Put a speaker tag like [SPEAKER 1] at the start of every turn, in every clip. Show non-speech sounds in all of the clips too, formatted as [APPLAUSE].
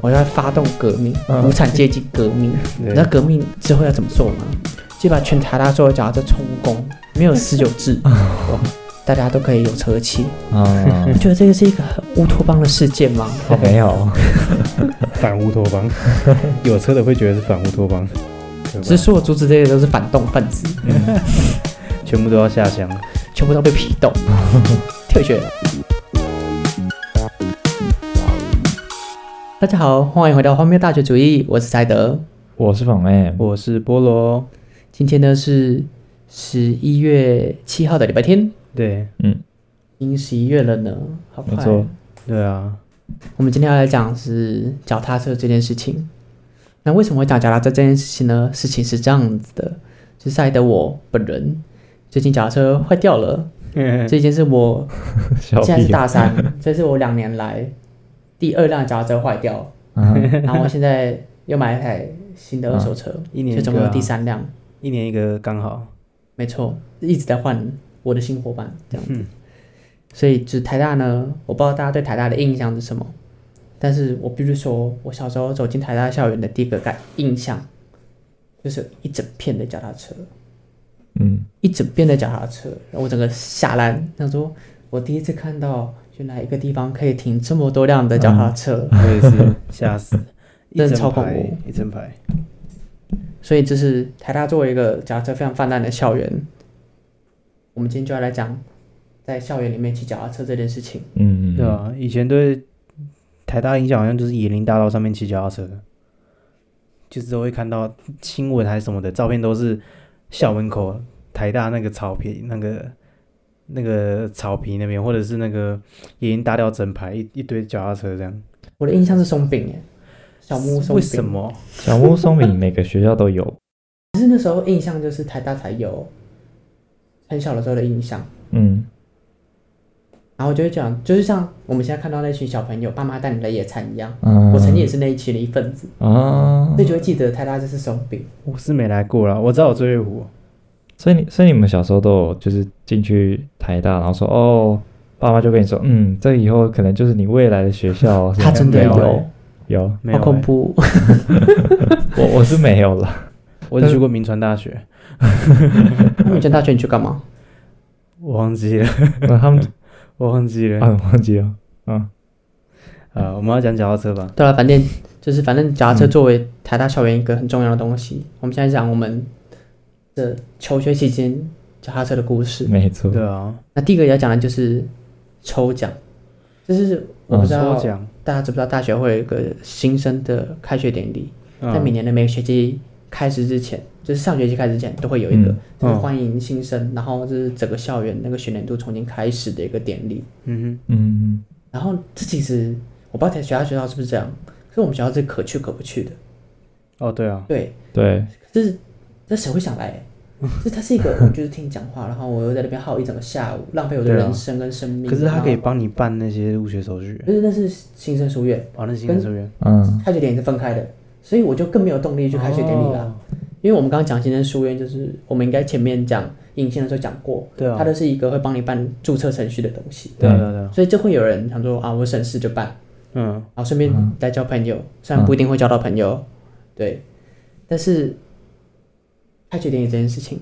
[SPEAKER 1] 我要发动革命，
[SPEAKER 2] 嗯
[SPEAKER 1] 无产阶级革命。你
[SPEAKER 2] 对
[SPEAKER 1] 知道革命之后要怎么做吗？就把全台大所有脚踏车充公，没有私有
[SPEAKER 2] [LAUGHS]
[SPEAKER 1] 制，哦大家都可以有车骑。
[SPEAKER 3] 嗯
[SPEAKER 1] 你，觉得这个是一个很乌托邦的世界
[SPEAKER 2] [LAUGHS]
[SPEAKER 1] 吗？哦
[SPEAKER 3] 没有，
[SPEAKER 2] 反乌托 [LAUGHS] 邦，有车的会觉得是反乌托邦，对吧
[SPEAKER 1] 只是所有阻止这些都是反动分子，
[SPEAKER 2] 嗯全部都要下乡。
[SPEAKER 1] 全部都被批
[SPEAKER 2] [LAUGHS]
[SPEAKER 1] 斗，退学了。大家好，欢迎回到荒谬大学主义，我是才德。
[SPEAKER 3] 我是冯 M，
[SPEAKER 2] 我是菠萝，
[SPEAKER 1] 今天呢是十一月七号的礼拜天，
[SPEAKER 2] 对
[SPEAKER 3] 嗯，
[SPEAKER 1] 已经十一月了呢，好
[SPEAKER 3] 没
[SPEAKER 1] 快。
[SPEAKER 3] 错，
[SPEAKER 2] 对 [LAUGHS] 啊，
[SPEAKER 1] 我们今天要来讲是脚踏车这件事情。那为什么会讲脚踏车这件事情呢？事情是这样子的，就是爱德我本人最近脚踏车坏掉了，这件事
[SPEAKER 3] [LAUGHS]
[SPEAKER 1] 我
[SPEAKER 3] 小
[SPEAKER 1] 现在是
[SPEAKER 3] 嗯屁
[SPEAKER 1] 大三，这是我两年来第二辆脚踏车坏掉，
[SPEAKER 3] 嗯
[SPEAKER 1] [LAUGHS] 然后我现在又买了一台新的二手车，
[SPEAKER 2] 一年
[SPEAKER 1] 所以
[SPEAKER 2] 一
[SPEAKER 1] 总共
[SPEAKER 2] 个
[SPEAKER 1] 有
[SPEAKER 2] 啊，
[SPEAKER 1] 第三辆。
[SPEAKER 2] 一年一个刚好。
[SPEAKER 1] 没错，一直在换我的新伙伴这样子。
[SPEAKER 2] [LAUGHS] 嗯
[SPEAKER 1] 所以，就是台大呢，我不知道大家对台大的印象是什么，但是我必须说，我小时候走进台大校园的第一个感印象，就是一整片的脚踏车，
[SPEAKER 3] 嗯，
[SPEAKER 1] 一整片的脚踏车，然后我整个下烂，想说，我第一次看到原来一个地方可以停这么多辆的脚踏车，
[SPEAKER 2] 我也是吓死，一
[SPEAKER 1] 真的超
[SPEAKER 2] 整
[SPEAKER 1] 恐
[SPEAKER 2] 排
[SPEAKER 1] 怖
[SPEAKER 2] 一整排，
[SPEAKER 1] 所以这是台大作为一个脚踏车非常泛滥的校园，我们今天就要来讲在校园里面骑脚踏车这件事情。
[SPEAKER 3] 嗯，
[SPEAKER 2] 对啊，以前对台大影响好像就是野林大道上面骑脚踏车，就是都会看到新闻还是什么的，照片都是校门口台大那个草皮那个。那个草皮那边，或者是那个野林大道整排一一堆脚踏车这样，
[SPEAKER 1] 我的印象是松饼耶，小木屋松饼。
[SPEAKER 2] 为什？么？
[SPEAKER 3] 小木松饼每个学校都有，
[SPEAKER 1] 可是那时候印象就是台大才有，很小的时候的印象。
[SPEAKER 3] 嗯，
[SPEAKER 1] 然后我就会讲，就是像我们现在看到那群小朋友，爸妈带你来野餐一样，[LAUGHS]
[SPEAKER 3] 我
[SPEAKER 2] 嗯
[SPEAKER 1] 我曾经也是那一群的一份子，
[SPEAKER 3] 啊
[SPEAKER 1] 所，以就会记得台大就是松饼。
[SPEAKER 2] 我是没来过啦，我知道我醉月湖，
[SPEAKER 3] 所以你所以你们小时候都有就是进去台大，然后说哦，爸妈就跟你说，嗯，这以后可能就是你未来的学校，
[SPEAKER 1] [LAUGHS] 他啊真的
[SPEAKER 3] 没
[SPEAKER 1] 有，
[SPEAKER 3] 有有，
[SPEAKER 2] 没有、欸
[SPEAKER 1] 好恐，怖！
[SPEAKER 3] 我我是没有了， [LAUGHS]
[SPEAKER 2] 我只去过民传大学，
[SPEAKER 1] [LAUGHS] 那你上大学你去干嘛？
[SPEAKER 2] 我忘记了，
[SPEAKER 3] 那他们
[SPEAKER 2] 我忘记了。
[SPEAKER 3] 啊忘记了，嗯
[SPEAKER 2] 啊，我们要讲脚踏车吧。
[SPEAKER 1] 对了，啊反正就是反正脚踏车作为台大校园一个很重要的东西，我们现在讲我们的求学期间脚踏车的故事。
[SPEAKER 3] 没错，嗯
[SPEAKER 2] 对啊，
[SPEAKER 1] 那第一个要讲的就是抽奖，就是我不知道、
[SPEAKER 2] 嗯抽奖，
[SPEAKER 1] 大家知不知道，大学会有一个新生的开学典礼，在每
[SPEAKER 2] 嗯，
[SPEAKER 1] 年的每个学期开始之前，就是上学期开始之前，都会有一个
[SPEAKER 3] 嗯
[SPEAKER 1] 就是
[SPEAKER 2] 嗯
[SPEAKER 1] 欢迎新生，然后就是整个校园那个学年度重新开始的一个典礼。
[SPEAKER 2] 嗯
[SPEAKER 3] 嗯
[SPEAKER 1] 然后这其实我不知道其他学校是不是这样，可是我们学校是可去可不去的。
[SPEAKER 2] 哼，哦，对啊，
[SPEAKER 1] 对，
[SPEAKER 3] 对，
[SPEAKER 1] 这是这谁会想来、欸？就是它
[SPEAKER 2] [LAUGHS]
[SPEAKER 1] 是一个，我就是听你讲话，然后我又在那边耗一整个下午，浪费我的
[SPEAKER 2] 对啊
[SPEAKER 1] 人生跟生命。
[SPEAKER 2] 可是他可以
[SPEAKER 1] 然后
[SPEAKER 2] 帮你办那些入学手续，
[SPEAKER 1] 不是，那是新生书院，
[SPEAKER 2] 哦，那是行政书院
[SPEAKER 3] 嗯
[SPEAKER 1] 开学典礼是分开的，所以我就更没有动力去开学典礼啦。
[SPEAKER 2] 哦
[SPEAKER 1] 因为我们刚刚讲新生书院，就是我们应该前面讲引线的时候讲过，
[SPEAKER 2] 对啊
[SPEAKER 1] 它都是一个会帮你办注册程序的东西，
[SPEAKER 2] 对啊，对啊，对啊，
[SPEAKER 1] 所以就会有人想说啊，我省事就办，
[SPEAKER 2] 嗯，
[SPEAKER 1] 然后顺便来交朋友，虽然不一定会交到朋友，对，但是开学典礼这件事情，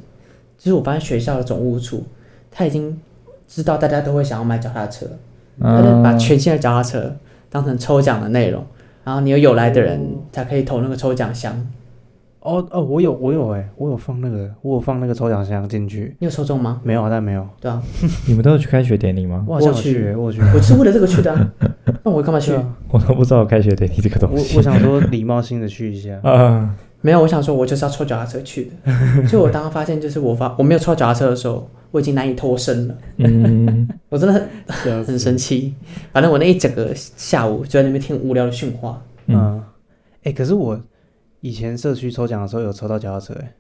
[SPEAKER 1] 就是我发现学校的总务处他已经知道大家都会想要买脚踏车，他就把
[SPEAKER 3] 嗯，
[SPEAKER 1] 全新的脚踏车当成抽奖的内容，然后你有有来的人才可以投那个抽奖箱。
[SPEAKER 2] 哦哦，我有，我有，哎，我有放那个，我有放那个抽奖箱进去，
[SPEAKER 1] 你有抽中吗？
[SPEAKER 2] 没有啊，但没有，
[SPEAKER 1] 对啊，
[SPEAKER 3] 你们都有去开学典礼吗？
[SPEAKER 2] 我好像有
[SPEAKER 1] 我
[SPEAKER 2] 去，
[SPEAKER 1] 去
[SPEAKER 2] 哎我有去，
[SPEAKER 1] [LAUGHS] 我就是为了这个去的、
[SPEAKER 2] [LAUGHS]
[SPEAKER 1] 啊，那我干嘛去
[SPEAKER 2] 对？啊，
[SPEAKER 3] 我都不知道有开学典礼这个
[SPEAKER 2] 我
[SPEAKER 3] 东西，，
[SPEAKER 2] 我想说礼貌性的去
[SPEAKER 1] [LAUGHS]
[SPEAKER 2] 一下
[SPEAKER 3] [LAUGHS] 啊，
[SPEAKER 1] 没有，我想说，我就是要抽脚踏车去
[SPEAKER 2] [LAUGHS]
[SPEAKER 1] 的。所以我当时发现，就是我发我没有抽脚踏车的时候，我已经难以脱身了。
[SPEAKER 3] 嗯，
[SPEAKER 1] 我真的很
[SPEAKER 2] 这样子
[SPEAKER 1] 很生气。反正我那一整个下午就在那边听无聊的训话，
[SPEAKER 2] 嗯，哎，可是我以前社区抽奖的时候有抽到脚踏车，哎，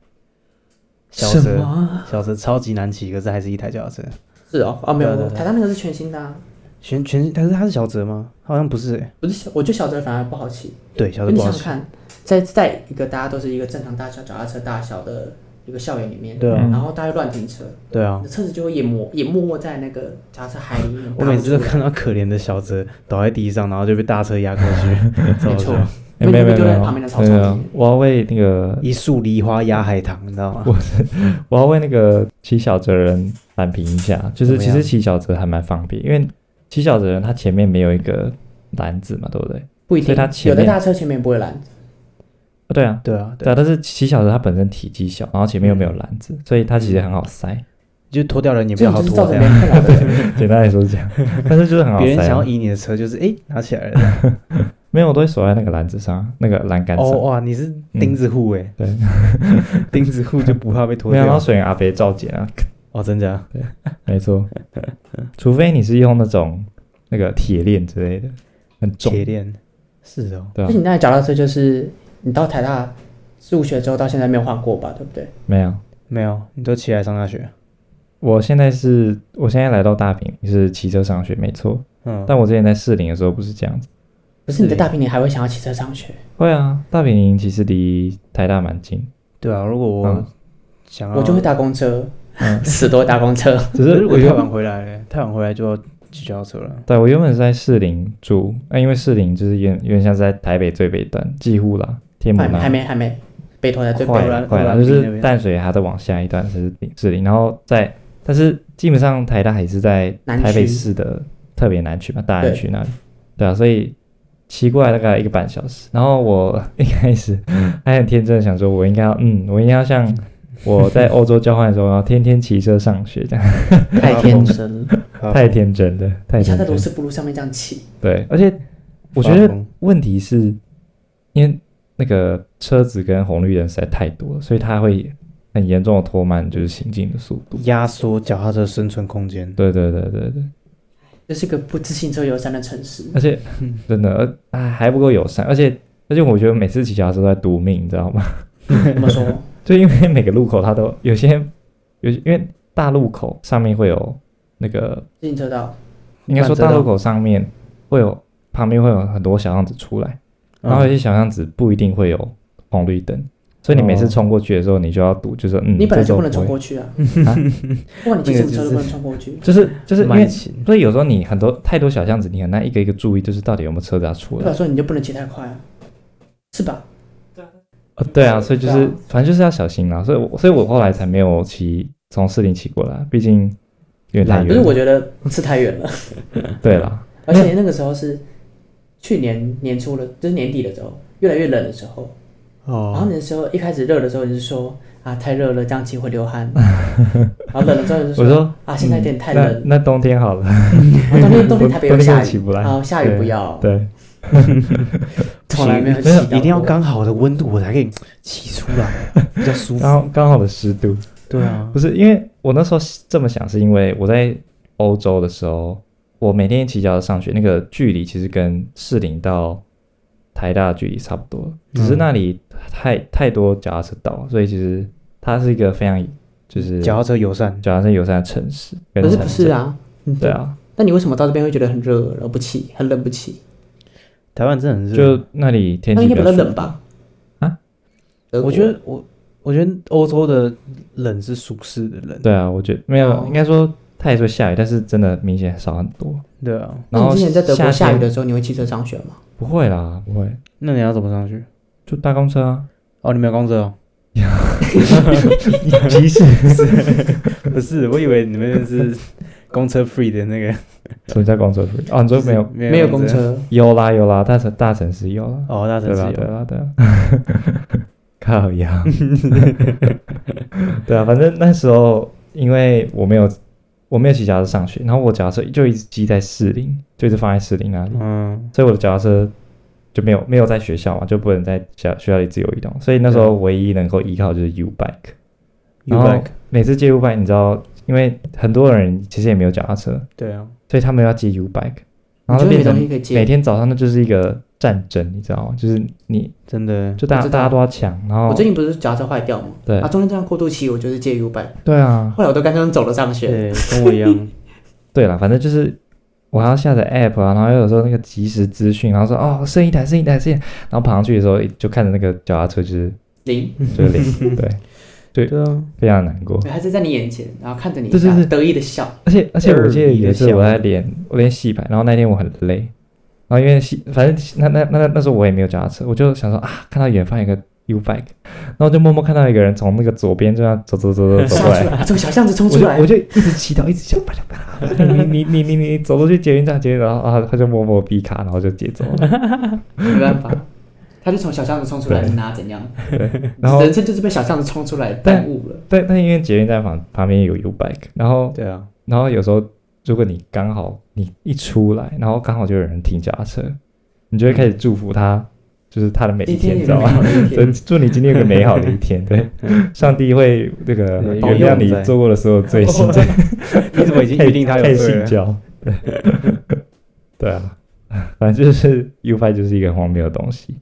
[SPEAKER 2] 小
[SPEAKER 1] 什
[SPEAKER 2] 车
[SPEAKER 1] 么啊？
[SPEAKER 2] 小车超级难骑，可是还是一台脚踏车。
[SPEAKER 1] 是哦，啊没有
[SPEAKER 2] 对对，对
[SPEAKER 1] 台大那个是全新的、啊，
[SPEAKER 2] 全全，但是他是小泽吗？好像不是、欸，
[SPEAKER 1] 不是小，我觉得小泽反而不好骑。
[SPEAKER 2] 对，小
[SPEAKER 1] 因为
[SPEAKER 2] 泽
[SPEAKER 1] 你
[SPEAKER 2] 不好
[SPEAKER 1] 想
[SPEAKER 2] 骑
[SPEAKER 1] 想看，在在一个大家都是一个正常大小脚踏车大小的一个校园里面，
[SPEAKER 2] 对啊
[SPEAKER 3] 嗯
[SPEAKER 1] 然后大家乱停车，
[SPEAKER 2] 对啊
[SPEAKER 1] 你的，车子就会淹没，也没没在那个夹车海里面。
[SPEAKER 2] 我每次都看到可怜的小泽倒在地上，然后就被大车压过
[SPEAKER 3] [LAUGHS]
[SPEAKER 2] 去，超
[SPEAKER 1] 没
[SPEAKER 2] 好
[SPEAKER 1] 错
[SPEAKER 2] 笑。
[SPEAKER 3] 哎，
[SPEAKER 1] 因
[SPEAKER 3] 没
[SPEAKER 1] 为你会
[SPEAKER 3] 有没有
[SPEAKER 1] 丢
[SPEAKER 3] 没
[SPEAKER 1] 在
[SPEAKER 3] 有
[SPEAKER 1] 旁边的草
[SPEAKER 3] 没有
[SPEAKER 1] 丛里
[SPEAKER 3] 我要为那个
[SPEAKER 2] 一束梨花压海棠，你知道吗？
[SPEAKER 3] 我要为那个骑小折人扳平一下，就是
[SPEAKER 2] 怎么
[SPEAKER 3] 其
[SPEAKER 2] 样
[SPEAKER 3] 实骑小折还蛮方便，因为骑小折人他前面没有一个篮子嘛，对不对？啊
[SPEAKER 1] 不一定
[SPEAKER 3] 所以它，前
[SPEAKER 1] 有的
[SPEAKER 3] 面
[SPEAKER 1] 大车前面不会拦，
[SPEAKER 3] 啊对啊，
[SPEAKER 2] 对啊，对嗯
[SPEAKER 3] 对
[SPEAKER 2] 啊，
[SPEAKER 3] 啊，但是骑小折它本身体积小，然后前面又没有篮子，所以它其实很好塞。 [LAUGHS]
[SPEAKER 2] 就脱掉了，你不
[SPEAKER 1] 这
[SPEAKER 2] 要
[SPEAKER 1] 种
[SPEAKER 2] 好
[SPEAKER 1] 就是造
[SPEAKER 2] 脱
[SPEAKER 1] 成别
[SPEAKER 2] 这样。
[SPEAKER 1] 人困扰的人。
[SPEAKER 3] 简单来说是这样，
[SPEAKER 2] [LAUGHS]
[SPEAKER 3] 但是就是很好
[SPEAKER 2] 别人
[SPEAKER 3] 塞
[SPEAKER 2] 想要
[SPEAKER 3] 啊。
[SPEAKER 2] 移你的车，就是哎、拿起来了。
[SPEAKER 3] 没有，我都会锁在那个篮子上，那个栏杆上。
[SPEAKER 2] 哦哇，你是钉子户哎、
[SPEAKER 3] 嗯
[SPEAKER 2] 对，钉子户就不怕被脱
[SPEAKER 3] 没有，然后
[SPEAKER 2] 掉。
[SPEAKER 3] 水源阿伯
[SPEAKER 2] [LAUGHS]
[SPEAKER 3] 照剪啊，
[SPEAKER 2] 哦，真假？
[SPEAKER 3] 没错。除非你是用那种那个铁链之类的，很重。
[SPEAKER 2] 铁链是哦，
[SPEAKER 3] 对啊
[SPEAKER 1] 就，你那台脚踏车，就是你到台大入学之后到现在没有换过吧，对不对？
[SPEAKER 3] 没有。
[SPEAKER 2] 没有，你都骑来上大学。
[SPEAKER 3] 我现在是，我现在来到大平是骑车上学，没错。
[SPEAKER 2] 嗯，
[SPEAKER 3] 但我之前在士林的时候不是这样子。
[SPEAKER 1] 可是你在
[SPEAKER 2] 对
[SPEAKER 1] 大平，你还会想要骑车上学？
[SPEAKER 3] 会啊，大平林其实离台大蛮近。
[SPEAKER 2] 对啊，如果
[SPEAKER 3] 嗯
[SPEAKER 2] 我想要，
[SPEAKER 1] 我就会搭公车，
[SPEAKER 3] 嗯
[SPEAKER 1] [LAUGHS] 死都会搭公车。
[SPEAKER 2] 可
[SPEAKER 3] 只是
[SPEAKER 2] 是如
[SPEAKER 3] 我
[SPEAKER 2] 果太
[SPEAKER 3] 原
[SPEAKER 2] 晚回来了，太晚回来就要骑脚踏车了。
[SPEAKER 3] 对我原本是在士林住，那、因为士林就是有点有点像是在台北最北端，几乎啦，天母
[SPEAKER 1] 还没
[SPEAKER 3] 啦
[SPEAKER 1] 还。没还没，北投才最
[SPEAKER 3] 啊快啊
[SPEAKER 1] 北。
[SPEAKER 3] [LAUGHS] 了
[SPEAKER 2] 了
[SPEAKER 3] 快
[SPEAKER 2] 快
[SPEAKER 3] 了，
[SPEAKER 2] 了
[SPEAKER 3] 就
[SPEAKER 2] 那
[SPEAKER 3] 是
[SPEAKER 2] 边
[SPEAKER 3] 淡水还在往下一段是士林，然后在，但是基本上台大还是在
[SPEAKER 1] 南区
[SPEAKER 3] 台北市的特别南区嘛，大安
[SPEAKER 1] 对
[SPEAKER 3] 区那里，对啊，所以骑过来大概一个半小时，然后我一开始还很天真的想说，我应该要，嗯，我应该要像我在欧洲交换的时候，然后天天骑车上学，这样
[SPEAKER 1] 太
[SPEAKER 2] [LAUGHS]
[SPEAKER 1] 天真了！
[SPEAKER 3] 太天真了，太
[SPEAKER 1] 你像
[SPEAKER 3] 天
[SPEAKER 1] 在
[SPEAKER 3] 真
[SPEAKER 1] 罗
[SPEAKER 3] 了，
[SPEAKER 1] 斯福路上面这样骑，
[SPEAKER 3] 对，而且我觉
[SPEAKER 2] 发
[SPEAKER 3] 得
[SPEAKER 2] 疯
[SPEAKER 3] 问题是因为那个车子跟红绿灯实在太多了，所以它会很严重的拖慢就是行进的速度。
[SPEAKER 2] 压缩脚踏车生存空间。
[SPEAKER 3] 对对对对对，
[SPEAKER 1] 这是个不自行车友善的城市。
[SPEAKER 3] 而且真的啊还不够友善，而且而且我觉得每次骑脚踏车都在赌命，你知道吗？ [LAUGHS]
[SPEAKER 1] 怎么说？
[SPEAKER 3] 就因为每个路口它都有些有因为大路口上面会有那个，
[SPEAKER 1] 自行车道，
[SPEAKER 3] 应该说
[SPEAKER 2] 慢车道
[SPEAKER 3] 大路口上面会有旁边会有很多小巷子出来，然后有
[SPEAKER 2] 嗯
[SPEAKER 3] 些小巷子不一定会有红绿灯，所以你每次
[SPEAKER 2] 哦
[SPEAKER 3] 冲过去的时候，你就要赌，就是嗯，
[SPEAKER 1] 你本来
[SPEAKER 3] 这时
[SPEAKER 1] 就
[SPEAKER 3] 候
[SPEAKER 1] 不能冲
[SPEAKER 3] 会
[SPEAKER 1] 过去啊！
[SPEAKER 3] 啊
[SPEAKER 1] 不管你骑
[SPEAKER 2] 那
[SPEAKER 1] 什
[SPEAKER 2] 个
[SPEAKER 1] 么车
[SPEAKER 2] 就
[SPEAKER 1] 都
[SPEAKER 2] 是
[SPEAKER 1] 不能冲过去。
[SPEAKER 3] 就是就是因为
[SPEAKER 2] 慢，行
[SPEAKER 3] 所以有时候你很多太多小巷子，你很难一个一个注意，就是到底有没有车子要出
[SPEAKER 1] 对
[SPEAKER 3] 来
[SPEAKER 1] 吧？。所以你就不能骑太快啊，是吧？
[SPEAKER 3] 呃，对啊，所以就是、
[SPEAKER 1] 对啊
[SPEAKER 3] 反正就是要小心啦。所以我所以我后来才没有骑从士林骑过来，毕竟有点太
[SPEAKER 2] 懒
[SPEAKER 1] 可
[SPEAKER 3] 远
[SPEAKER 1] 是我
[SPEAKER 3] 了。
[SPEAKER 1] 觉得是太远了，
[SPEAKER 3] 对啦，
[SPEAKER 1] 而且那个时候是去年年初了，就是年底的时候，越来越冷的时候。然后
[SPEAKER 2] 哦，
[SPEAKER 1] 那时候一开始热的时候，你是说啊太热了，这样骑会流
[SPEAKER 3] [LAUGHS]
[SPEAKER 1] 汗。然后冷了之后，你就
[SPEAKER 3] 我
[SPEAKER 1] 说
[SPEAKER 3] 说
[SPEAKER 1] 啊现在有点太
[SPEAKER 3] 那
[SPEAKER 1] 冷，
[SPEAKER 3] 那冬天好了，
[SPEAKER 1] 然后冬天冬天
[SPEAKER 3] [LAUGHS]
[SPEAKER 1] 台北有
[SPEAKER 3] 冬天
[SPEAKER 1] 下
[SPEAKER 3] 又起
[SPEAKER 1] 雨，
[SPEAKER 3] 不来
[SPEAKER 1] 然后下雨不要，哦
[SPEAKER 3] 对，
[SPEAKER 1] 从来没有
[SPEAKER 2] 不
[SPEAKER 1] 骑
[SPEAKER 2] 行
[SPEAKER 1] 到
[SPEAKER 2] 一定要
[SPEAKER 1] 过
[SPEAKER 2] 刚好的温度，我才可以骑出 [LAUGHS] 来，比较舒服。
[SPEAKER 3] 刚刚好的湿度。
[SPEAKER 2] 对啊
[SPEAKER 3] 不，是因为我那时候这么想，是因为我在欧洲的时候，我每天骑脚踏上学，那个距离其实跟士林到台大的距离差不多，只
[SPEAKER 1] 嗯
[SPEAKER 3] 是那里太太多脚踏车道了，所以其实它是一个非常就是
[SPEAKER 2] 脚
[SPEAKER 3] 脚
[SPEAKER 2] 踏车友善，
[SPEAKER 3] 踏车友善的城市。
[SPEAKER 1] 可是不是？啊？
[SPEAKER 3] 对啊，
[SPEAKER 1] 那你为什么到这边会觉得很热而不起，很冷不起？
[SPEAKER 2] 台湾真的很热。
[SPEAKER 3] 就那里天
[SPEAKER 1] 那应
[SPEAKER 3] 气
[SPEAKER 1] 该比较
[SPEAKER 3] 比较舒
[SPEAKER 1] 冷
[SPEAKER 3] 服？
[SPEAKER 1] 吧？
[SPEAKER 3] 啊
[SPEAKER 1] 德国？
[SPEAKER 2] 我觉得我我觉得欧洲的冷是舒适的冷，
[SPEAKER 3] 对啊，我觉得没
[SPEAKER 1] 哦
[SPEAKER 3] 有，应该说它也说下雨，但是真的明显少很多。
[SPEAKER 2] 对啊。
[SPEAKER 1] 那
[SPEAKER 3] 然后
[SPEAKER 1] 你之前在德国
[SPEAKER 3] 夏
[SPEAKER 1] 下
[SPEAKER 3] 天
[SPEAKER 1] 雨的时候，你会骑车上学吗？
[SPEAKER 3] 不会啦，不会，
[SPEAKER 2] 那你要怎么上去？
[SPEAKER 3] 就搭公车
[SPEAKER 1] [LAUGHS]
[SPEAKER 3] 啊。
[SPEAKER 2] 哦，你没有公 [LAUGHS] 车哦？
[SPEAKER 3] 即使
[SPEAKER 2] 不是，我以为你们是公车 free 的那个， [LAUGHS]
[SPEAKER 3] 什么叫公车？哦，你说没有
[SPEAKER 2] 没
[SPEAKER 1] 有公。车，
[SPEAKER 3] 有啦有啦，大城大城市有啦，
[SPEAKER 2] 哦，大城
[SPEAKER 3] 对
[SPEAKER 2] 市
[SPEAKER 3] 啦对啊
[SPEAKER 2] 有。
[SPEAKER 3] 啦对啊啦，
[SPEAKER 2] [LAUGHS]
[SPEAKER 3] 靠呀， [LAUGHS] 对啊，反正那时候因为我没有我没有骑脚踏车上学，然后我脚踏车就一直积在士林，就一直放在士林那里，
[SPEAKER 2] 嗯，
[SPEAKER 3] 所以我的脚踏车就没有没有在学校嘛，就不能在学学校里自由移动，所以那时候唯一能够依靠就是 U bike，
[SPEAKER 2] U
[SPEAKER 3] 然后
[SPEAKER 2] bike，
[SPEAKER 3] 每次借 U bike 你知道，因为很多人其实也没有脚踏车，
[SPEAKER 2] 对啊，
[SPEAKER 3] 所以他们要借 U bike，
[SPEAKER 1] 你
[SPEAKER 3] 然后
[SPEAKER 1] 就会
[SPEAKER 3] 就
[SPEAKER 1] 没
[SPEAKER 3] 变
[SPEAKER 1] 东
[SPEAKER 3] 成
[SPEAKER 1] 西可以
[SPEAKER 3] 每
[SPEAKER 1] 接。
[SPEAKER 3] 天早上那就是一个战争，你知道吗？就是你
[SPEAKER 2] 真的
[SPEAKER 3] 就大
[SPEAKER 1] 我
[SPEAKER 3] 家
[SPEAKER 1] 知道
[SPEAKER 3] 大家都要抢，然后
[SPEAKER 1] 我最近不是脚踏车坏掉吗？
[SPEAKER 3] 对
[SPEAKER 1] 啊，中间这样过渡期，我就是借 U 拜，
[SPEAKER 3] 对啊，
[SPEAKER 1] 后来我都干脆用走了上学。
[SPEAKER 2] 对，跟我一样。
[SPEAKER 3] 对啦，反正就是我还要下载 app 啊，然后有时候那个即时资讯，然后说哦剩一台
[SPEAKER 1] [LAUGHS]
[SPEAKER 3] 剩一台剩一台，然后跑上去的时候就看着那个脚踏车就是
[SPEAKER 1] 零，
[SPEAKER 3] 就是零，对，
[SPEAKER 2] [LAUGHS]
[SPEAKER 3] 对
[SPEAKER 2] 对啊，
[SPEAKER 3] 非常难过。
[SPEAKER 1] 对，他就在你眼前，然后看着你，
[SPEAKER 3] 对对对
[SPEAKER 1] 得意的笑，
[SPEAKER 3] 而且而且我记得有一次
[SPEAKER 2] 二
[SPEAKER 3] 我在
[SPEAKER 2] 一
[SPEAKER 3] 练我练戏牌，然后那天我很累，然后因为戏反正那那那那那时候我也没有脚踏车，我就想说啊，看到远方有个 U bike，然后就默默看到一个人从那个左边这样走走走走走
[SPEAKER 1] 杀
[SPEAKER 3] 过
[SPEAKER 1] 出
[SPEAKER 3] 来，
[SPEAKER 1] 来，从小巷子冲
[SPEAKER 3] 我
[SPEAKER 1] 出
[SPEAKER 3] 就
[SPEAKER 1] 来
[SPEAKER 3] 我，就一直祈祷，一直想啪啦啪啦，你你你你你你走过去捷运站捷运站，然后啊他就默默逼卡，然后就截走 [LAUGHS] 了，
[SPEAKER 1] 没办
[SPEAKER 3] [LAUGHS]
[SPEAKER 1] 法，他就从小巷子冲出来，
[SPEAKER 3] 对
[SPEAKER 1] 你拿怎样？
[SPEAKER 3] 然后
[SPEAKER 1] 人生就是被小巷子冲出来
[SPEAKER 3] 但
[SPEAKER 1] 耽误了。
[SPEAKER 3] 但但因为捷运站旁旁边有 U bike，然后
[SPEAKER 2] 对啊，
[SPEAKER 3] 然后有时候如果你刚好你一出来，然后刚好就有人停脚踏车，你就会开始祝福他，就是他的每一
[SPEAKER 1] 今天
[SPEAKER 3] 天，
[SPEAKER 1] 也
[SPEAKER 3] 知
[SPEAKER 1] 没
[SPEAKER 3] [LAUGHS] 道吗？
[SPEAKER 1] 好的一
[SPEAKER 3] 对
[SPEAKER 1] 天，
[SPEAKER 3] 祝你今天有个美好的一天， [LAUGHS] 对，上帝会这个
[SPEAKER 2] 对
[SPEAKER 3] 原
[SPEAKER 1] 保佑
[SPEAKER 3] 谅你
[SPEAKER 2] 在
[SPEAKER 3] 做过的所有罪行。这样
[SPEAKER 2] [LAUGHS] 你怎么已经预定他有 [LAUGHS]
[SPEAKER 3] 太
[SPEAKER 2] 罪
[SPEAKER 3] 信
[SPEAKER 2] 了？
[SPEAKER 3] 教，对，对啊， [LAUGHS] 反正就是 U 派就是一个很荒谬的东西，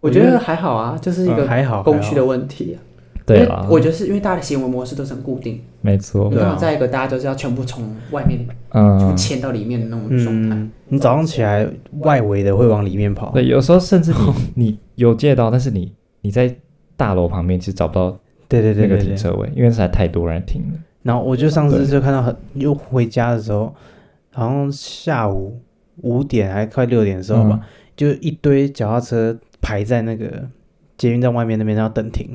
[SPEAKER 1] 我觉得还好啊，就是一
[SPEAKER 2] 嗯
[SPEAKER 1] 个
[SPEAKER 2] 还好
[SPEAKER 1] 供需的
[SPEAKER 2] 还好
[SPEAKER 1] 问题啊。
[SPEAKER 3] 对
[SPEAKER 1] 因为
[SPEAKER 3] 啊，
[SPEAKER 1] 我觉得是因为大家的行为模式都是很固定，
[SPEAKER 3] 没错
[SPEAKER 1] 你，
[SPEAKER 2] 对啊
[SPEAKER 1] 刚好在一个大家都是要全部从外面
[SPEAKER 3] 嗯
[SPEAKER 1] 从，牵到里面的那种状态。
[SPEAKER 2] 嗯，你早上起来外围的会往里面跑，
[SPEAKER 3] 对，有时候甚至
[SPEAKER 1] [LAUGHS]
[SPEAKER 3] 你你有借到，但是你你在大楼旁边其实找不到
[SPEAKER 2] 对对
[SPEAKER 3] 那
[SPEAKER 2] 对
[SPEAKER 3] 个
[SPEAKER 2] 对
[SPEAKER 3] 停
[SPEAKER 2] 对。
[SPEAKER 3] 车位，因为实在太多人停了。
[SPEAKER 2] 然后我就上次就看到很，又回家的时候，好像下午五点还快六点的时候吧，就一堆脚踏车排在那个捷运站外面那边要等停，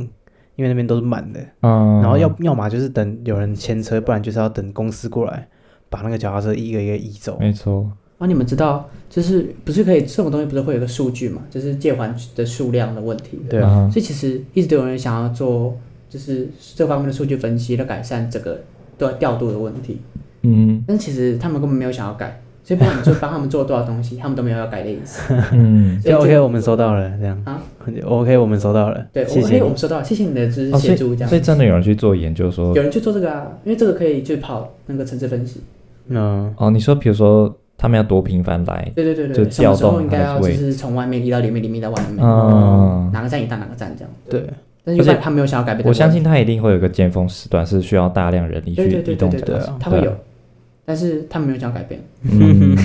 [SPEAKER 2] 因为那边都是满的。
[SPEAKER 3] 嗯，
[SPEAKER 2] 然后要要么就是等有人牵车，不然就是要等公司过来把那个脚踏车一个一个移走。
[SPEAKER 3] 没错，
[SPEAKER 1] 然后你们知道，就是不是可以这种东西不是会有个数据嘛？就是借还的数量的问题。
[SPEAKER 2] 对啊，
[SPEAKER 3] 嗯
[SPEAKER 1] 所以其实一直都有人想要做，就是这方面的数据分析来改善这个对调度的问题，
[SPEAKER 3] 嗯
[SPEAKER 1] 但是其实他们根本没有想要改，所以不管你做帮他们做多少东西，他们都没有要改的意思。 [LAUGHS]
[SPEAKER 3] 嗯，
[SPEAKER 1] 所以
[SPEAKER 2] 就
[SPEAKER 1] 这
[SPEAKER 2] 哎 OK，我们收到了，这样
[SPEAKER 1] 啊
[SPEAKER 2] OK，我们收到了，
[SPEAKER 1] 对，
[SPEAKER 2] 谢
[SPEAKER 1] 我
[SPEAKER 2] 谢
[SPEAKER 1] 哎，我
[SPEAKER 2] 你
[SPEAKER 1] 们。收到，谢谢你的支
[SPEAKER 3] 哦
[SPEAKER 1] 持
[SPEAKER 3] 所
[SPEAKER 1] 协
[SPEAKER 3] 以
[SPEAKER 1] 助，这样
[SPEAKER 3] 所以真的有人去做研究说
[SPEAKER 1] 有，人去做这个啊，因为这个可以去跑那个层次分析。
[SPEAKER 2] 嗯，
[SPEAKER 3] 哦，你说比如说他们要多频繁来，
[SPEAKER 1] 对对对对，什
[SPEAKER 3] 就
[SPEAKER 1] 么时
[SPEAKER 3] 调动
[SPEAKER 1] 候应该
[SPEAKER 3] 它的
[SPEAKER 1] 要就
[SPEAKER 3] 位置
[SPEAKER 1] 是从外面移到里面，里面到外面，
[SPEAKER 3] 嗯，
[SPEAKER 1] 哪个站移到哪个站这样。
[SPEAKER 2] 对，
[SPEAKER 1] 但是因为
[SPEAKER 3] 而且
[SPEAKER 1] 他没有想要改变这个
[SPEAKER 3] 我
[SPEAKER 1] 问题，
[SPEAKER 3] 相信他一定会有一个尖峰时段是需要大量人力
[SPEAKER 1] 对对
[SPEAKER 3] 去
[SPEAKER 1] 对
[SPEAKER 3] 移
[SPEAKER 1] 对
[SPEAKER 3] 动
[SPEAKER 1] 对
[SPEAKER 3] 这
[SPEAKER 1] 对嗯
[SPEAKER 3] 个，
[SPEAKER 2] 对啊，
[SPEAKER 1] 他会有，但是他们没有想要改变。
[SPEAKER 3] 嗯，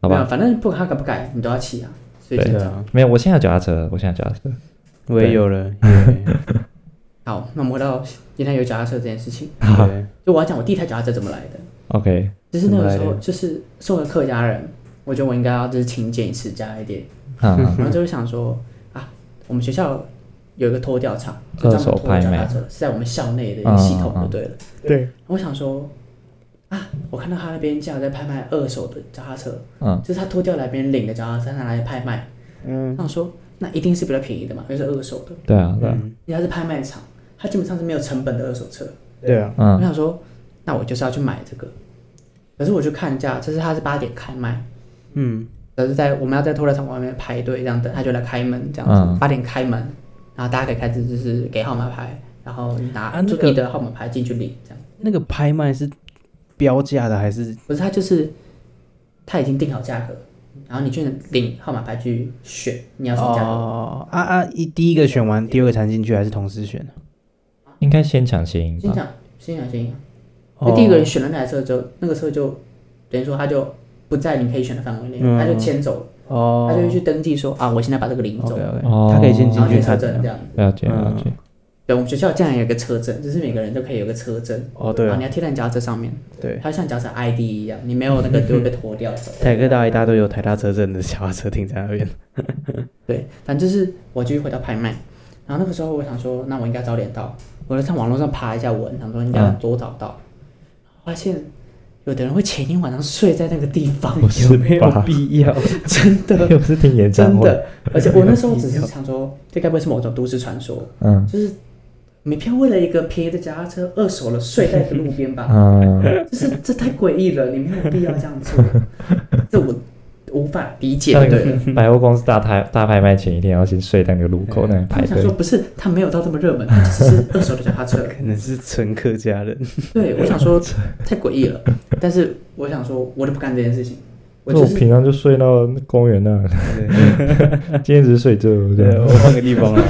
[SPEAKER 3] 好
[SPEAKER 1] 没有
[SPEAKER 3] 吧，
[SPEAKER 1] 反正不管他改不改，你都要骑啊，所以就
[SPEAKER 3] 对
[SPEAKER 1] 这
[SPEAKER 2] 对
[SPEAKER 1] 样。
[SPEAKER 2] 啊，
[SPEAKER 3] 没有，我现在有脚踏车，我现在有脚踏车，
[SPEAKER 2] 我也
[SPEAKER 3] 对
[SPEAKER 2] 有了。耶
[SPEAKER 1] 好，那我们回到今天有脚踏车这件事情，
[SPEAKER 2] [LAUGHS] 对，
[SPEAKER 1] 就我要讲我第一台脚踏车怎么来的。
[SPEAKER 3] OK，
[SPEAKER 1] 就是那个时
[SPEAKER 2] 怎么
[SPEAKER 1] 候，
[SPEAKER 2] 来的
[SPEAKER 1] 就是身为客家人，我觉得我应该要就是勤俭持家一点， [LAUGHS]
[SPEAKER 3] 嗯，
[SPEAKER 1] 然后就是想说啊，我们学校有一个拖吊场，就专门拖脚踏车，是在我们校内的一
[SPEAKER 2] 嗯
[SPEAKER 1] 个系统就对了。
[SPEAKER 2] 对，
[SPEAKER 1] 我想说啊，我看到他那边竟然在拍卖二手的脚踏车，
[SPEAKER 3] 嗯，
[SPEAKER 1] 就是他拖吊来别人领的脚踏车，他拿来拍卖。
[SPEAKER 2] 嗯
[SPEAKER 1] 我想说那一定是比较便宜的嘛，因为是二手的，
[SPEAKER 3] 对啊，对啊，
[SPEAKER 2] 嗯，
[SPEAKER 1] 人家是拍卖场，他基本上是没有成本的二手车。
[SPEAKER 2] 对啊，
[SPEAKER 1] 我
[SPEAKER 3] 嗯
[SPEAKER 1] 想说，那我就是要去买这个。可是我去看价，就是他是八点开卖，
[SPEAKER 2] 嗯，
[SPEAKER 1] 可是在我们要在拖拉场外面排队这样等，他就来开门这样子
[SPEAKER 3] 嗯，
[SPEAKER 1] 八、点开门，然后大家可以开始就是给号码牌，然后拿
[SPEAKER 2] 啊
[SPEAKER 1] 就
[SPEAKER 2] 那个
[SPEAKER 1] 你的号码牌进去领这样。
[SPEAKER 2] 那个拍卖是标价的还是？
[SPEAKER 1] 不是他就是他已经定好价格，然后你去领号码牌去选你要什么价格。
[SPEAKER 2] 哦啊啊！一第一个选完，第二个才进去，还是同时选？
[SPEAKER 3] 应该先抢先赢
[SPEAKER 1] 先
[SPEAKER 3] 吧，
[SPEAKER 1] 讲，先讲，先讲。
[SPEAKER 2] 哦
[SPEAKER 1] 那第一个人选了那台车之后，那个车就等于说他就不在你可以选的范围内，
[SPEAKER 2] 嗯
[SPEAKER 1] 他就迁走了。
[SPEAKER 2] 哦，
[SPEAKER 1] 他就会去登记说啊，我现在把这个领
[SPEAKER 2] OK
[SPEAKER 1] 走，
[SPEAKER 2] OK，
[SPEAKER 3] 哦
[SPEAKER 2] 他可以先进
[SPEAKER 1] 然后
[SPEAKER 2] 去
[SPEAKER 1] 去车
[SPEAKER 2] 看
[SPEAKER 1] 证
[SPEAKER 2] 的。
[SPEAKER 1] 这样。
[SPEAKER 3] 了解了
[SPEAKER 2] 嗯
[SPEAKER 3] 解， [LAUGHS]
[SPEAKER 1] 对，我们学校竟然有一个车证，就是每个人都可以有个车证，
[SPEAKER 2] 哦，对
[SPEAKER 1] 然后
[SPEAKER 2] 啊
[SPEAKER 1] 你要贴在你脚车上面，
[SPEAKER 2] 对，
[SPEAKER 1] 它像脚车 ID 一样，你没有那个就会被拖掉走。
[SPEAKER 2] 台科大一大堆有台大车证的小卡车停在那边。
[SPEAKER 1] 对，反正就是我继续回到拍卖，然后那个时候我想说，那我应该早点到，我就上网络上爬一下文，想说应该
[SPEAKER 2] 嗯
[SPEAKER 1] 要多早到，发现有的人会前一天晚上睡在那个地方，
[SPEAKER 3] 不是吧？
[SPEAKER 2] 必要，
[SPEAKER 1] [LAUGHS] 真
[SPEAKER 2] [LAUGHS]
[SPEAKER 1] 的
[SPEAKER 3] 又不是听演唱
[SPEAKER 1] 真
[SPEAKER 3] 会，
[SPEAKER 1] 的，而且我那时候只是想说，这该不会是某种都市传说？
[SPEAKER 3] 嗯
[SPEAKER 1] 就是每天为了一个便宜的脚踏车二手了睡在路边 [LAUGHS] 吧，
[SPEAKER 3] 嗯，
[SPEAKER 1] 就是这太诡异了，你没有必要这样 [LAUGHS] 做，这我无法理解。
[SPEAKER 3] 像
[SPEAKER 1] 对，
[SPEAKER 3] 百货公司大拍大拍卖前一天要先睡在那个路口那里排
[SPEAKER 1] 我想
[SPEAKER 3] 队
[SPEAKER 1] 说，，不是它没有到这么热门，它只是二手的脚踏 [LAUGHS] 车。
[SPEAKER 2] 可能是纯客家人。
[SPEAKER 1] [LAUGHS] 对，我想说太诡异了，但是我想说，我就不干这件事情，我
[SPEAKER 3] 就
[SPEAKER 1] 就
[SPEAKER 3] 我
[SPEAKER 1] 是
[SPEAKER 3] 平常就睡到公园那， [LAUGHS] 今天只是睡这，我觉
[SPEAKER 2] 对，我
[SPEAKER 3] 得
[SPEAKER 2] 换个地方了。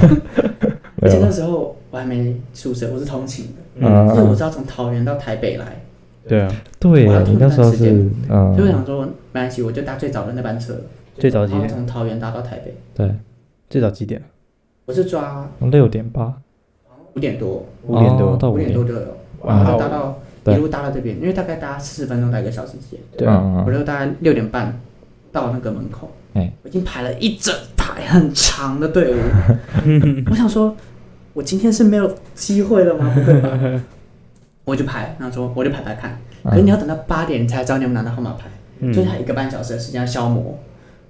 [SPEAKER 1] 而
[SPEAKER 3] 没
[SPEAKER 1] 且
[SPEAKER 3] 有
[SPEAKER 1] 那时候我还没宿舍，我是通勤的，
[SPEAKER 3] 嗯
[SPEAKER 1] 所以我是要从桃园到台北来，
[SPEAKER 2] 对啊，
[SPEAKER 3] 对
[SPEAKER 1] 我要
[SPEAKER 3] 耶，
[SPEAKER 1] 痛
[SPEAKER 3] 你那
[SPEAKER 1] 干
[SPEAKER 3] 时候
[SPEAKER 1] 时间
[SPEAKER 3] 是
[SPEAKER 1] 所以我想
[SPEAKER 3] 嗯，
[SPEAKER 1] 说没关系，我就搭最早的那班车，
[SPEAKER 2] 最早
[SPEAKER 1] 然
[SPEAKER 2] 几
[SPEAKER 1] 后
[SPEAKER 2] 点？
[SPEAKER 1] 从桃园搭到台北，
[SPEAKER 3] 对，
[SPEAKER 2] 最早几点？
[SPEAKER 1] 我是抓
[SPEAKER 3] 六点八，
[SPEAKER 1] 五点多，
[SPEAKER 2] 五点多啊
[SPEAKER 3] 哦到
[SPEAKER 1] 五
[SPEAKER 3] 五
[SPEAKER 1] 点多
[SPEAKER 3] 点，
[SPEAKER 1] 就有，
[SPEAKER 2] 哇
[SPEAKER 1] 然后搭到
[SPEAKER 3] 啊对
[SPEAKER 1] 一路搭到这边，因为大概搭四十分钟到一个小时之间，
[SPEAKER 2] 对
[SPEAKER 3] 嗯
[SPEAKER 1] 我
[SPEAKER 3] 嗯
[SPEAKER 1] 就大概六点半到那个门口，
[SPEAKER 3] 哎
[SPEAKER 1] 我已经排了一整排很长的队伍， [LAUGHS] 我想说，我今天是没有机会了吗？不会
[SPEAKER 3] [LAUGHS]
[SPEAKER 1] 吧？我就排，然后说我就排排看，
[SPEAKER 3] 啊
[SPEAKER 1] 可是你要等到八点才知道你有没有拿到号码牌，
[SPEAKER 2] 嗯
[SPEAKER 3] 嗯
[SPEAKER 1] 就是还有一个半小时的时间要消磨。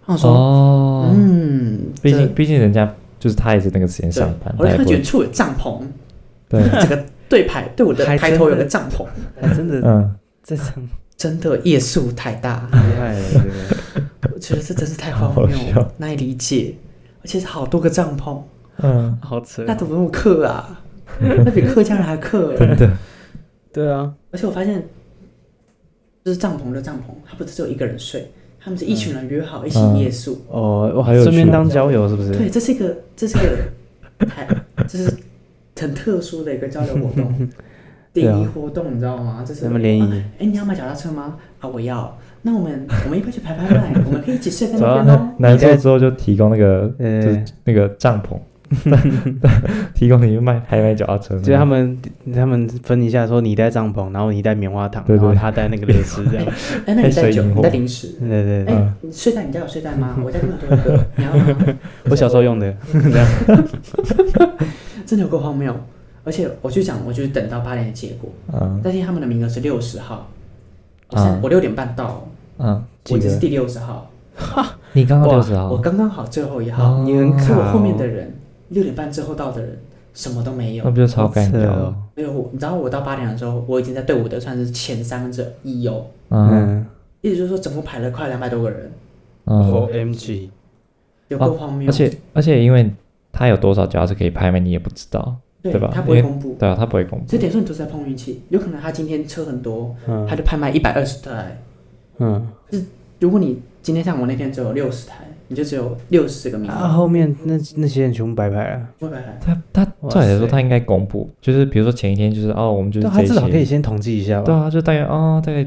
[SPEAKER 1] 然后我说，
[SPEAKER 3] 哦，
[SPEAKER 1] 嗯，
[SPEAKER 3] 毕
[SPEAKER 1] 这
[SPEAKER 3] 竟毕竟人家就是他也是那个时间
[SPEAKER 1] 对
[SPEAKER 3] 上班，
[SPEAKER 1] 我就
[SPEAKER 3] 他也
[SPEAKER 1] 看
[SPEAKER 3] 不
[SPEAKER 1] 远
[SPEAKER 3] 会
[SPEAKER 1] 处有帐篷，
[SPEAKER 3] 对， [LAUGHS]
[SPEAKER 1] 整个对排对我的
[SPEAKER 2] 还
[SPEAKER 1] 排
[SPEAKER 2] 真
[SPEAKER 1] 头有
[SPEAKER 2] 的
[SPEAKER 1] 个帐篷，
[SPEAKER 2] 还真的
[SPEAKER 3] 嗯，
[SPEAKER 2] 这张厉
[SPEAKER 1] 真的夜宿太大，
[SPEAKER 2] 害了，这个
[SPEAKER 1] 我觉得这真是太荒
[SPEAKER 3] 好
[SPEAKER 1] 谬
[SPEAKER 3] 笑
[SPEAKER 1] 了，难以理解。而且是好多个帐篷，
[SPEAKER 3] 嗯，
[SPEAKER 2] 好扯
[SPEAKER 1] 那怎么那么客啊？那比客家人还客、欸。[LAUGHS]
[SPEAKER 3] 真的，
[SPEAKER 2] [LAUGHS] 对啊，
[SPEAKER 1] 而且我发现，就是帐篷的帐篷，它不是只有一个人睡，他们是一群人约好一起夜宿。
[SPEAKER 2] 哦，哇
[SPEAKER 3] 好有趣
[SPEAKER 2] 顺便当交友是不是？
[SPEAKER 1] 对，这是一个，这是一个台，这是很特殊的一个交流活动，
[SPEAKER 2] 对啊
[SPEAKER 1] 联谊活动，你知道吗？这是
[SPEAKER 2] 什么联谊
[SPEAKER 1] 啊哎、你要买脚踏车吗？啊，我要。那我们我们一块去排排卖，我们可以一起睡在
[SPEAKER 3] 走
[SPEAKER 1] 那
[SPEAKER 3] 到
[SPEAKER 1] 边哦。
[SPEAKER 3] 南州之后就提供那个
[SPEAKER 2] 呃
[SPEAKER 3] 就是那个帐篷， [LAUGHS] 提供你卖拍卖脚踏车，
[SPEAKER 2] 就他们他们分一下，说你带帐篷，然后你带棉花糖，
[SPEAKER 3] 对对
[SPEAKER 2] 然后他带那个蕾丝这
[SPEAKER 3] [LAUGHS]
[SPEAKER 2] 样。
[SPEAKER 1] 哎、那你
[SPEAKER 3] 还
[SPEAKER 1] 带
[SPEAKER 3] 睡
[SPEAKER 1] 酒，
[SPEAKER 3] 萤火
[SPEAKER 1] 你带零食。
[SPEAKER 2] 对对
[SPEAKER 3] 嗯
[SPEAKER 1] 哎、
[SPEAKER 2] 对，
[SPEAKER 1] 你睡袋你家有睡袋
[SPEAKER 3] [LAUGHS]
[SPEAKER 1] 吗？我家这么多个，你要吗？
[SPEAKER 2] 我小时候用的，
[SPEAKER 1] 真的有够荒谬。而且我去讲，我就是等到八点的结果，
[SPEAKER 3] 嗯
[SPEAKER 1] 但是他们的名额是六十号，我
[SPEAKER 3] 啊
[SPEAKER 1] 三我六点半到，
[SPEAKER 3] 嗯，
[SPEAKER 1] 我
[SPEAKER 3] 几
[SPEAKER 1] 只是
[SPEAKER 3] 个？
[SPEAKER 1] 第六十号，
[SPEAKER 3] 你刚好
[SPEAKER 2] 哇
[SPEAKER 3] 六十号
[SPEAKER 1] 我，刚刚好最后一号，
[SPEAKER 3] 哦
[SPEAKER 2] 你很
[SPEAKER 1] 可是
[SPEAKER 2] 卡
[SPEAKER 1] 我
[SPEAKER 2] 哦
[SPEAKER 1] 后面的人六点半之后到的人什么都没
[SPEAKER 3] 那
[SPEAKER 1] 有
[SPEAKER 3] 不，就超干
[SPEAKER 2] 扯
[SPEAKER 3] 掉了？
[SPEAKER 2] 哦
[SPEAKER 1] 没有我，你知道我到八点的时候，我已经在队伍的算是前三者一游，
[SPEAKER 3] 嗯
[SPEAKER 2] 嗯
[SPEAKER 1] 意思就是说总共排了快两百多个人，
[SPEAKER 3] 嗯，
[SPEAKER 2] ，M G，
[SPEAKER 1] 有够荒谬，
[SPEAKER 3] 而且而且因为他有多少脚踏车可以拍卖，你也不知道，
[SPEAKER 1] 对
[SPEAKER 3] 对吧
[SPEAKER 1] 他不会
[SPEAKER 3] 因为
[SPEAKER 1] 公布，
[SPEAKER 3] 对啊，他不会公
[SPEAKER 1] 所
[SPEAKER 3] 布
[SPEAKER 1] 以，等于说你都是在碰运气，有可能他今天车很多，
[SPEAKER 2] 嗯
[SPEAKER 1] 他就拍卖一百二十台，
[SPEAKER 2] 嗯，
[SPEAKER 1] 如果你今天像我那天只有六十台，你就只有六十个名
[SPEAKER 2] 啊，
[SPEAKER 1] 额，
[SPEAKER 2] 后面那那些人全部白白了。
[SPEAKER 1] 不会白排。
[SPEAKER 3] 他他
[SPEAKER 2] 哇
[SPEAKER 3] 照理来说
[SPEAKER 2] 塞
[SPEAKER 3] 他应该公布，就是比如说前一天就是哦，我们就是
[SPEAKER 2] 对，他
[SPEAKER 3] 这
[SPEAKER 2] 至少可以
[SPEAKER 3] 些，
[SPEAKER 2] 先统计一下
[SPEAKER 3] 对
[SPEAKER 2] 吧。
[SPEAKER 3] 啊，就大概哦大概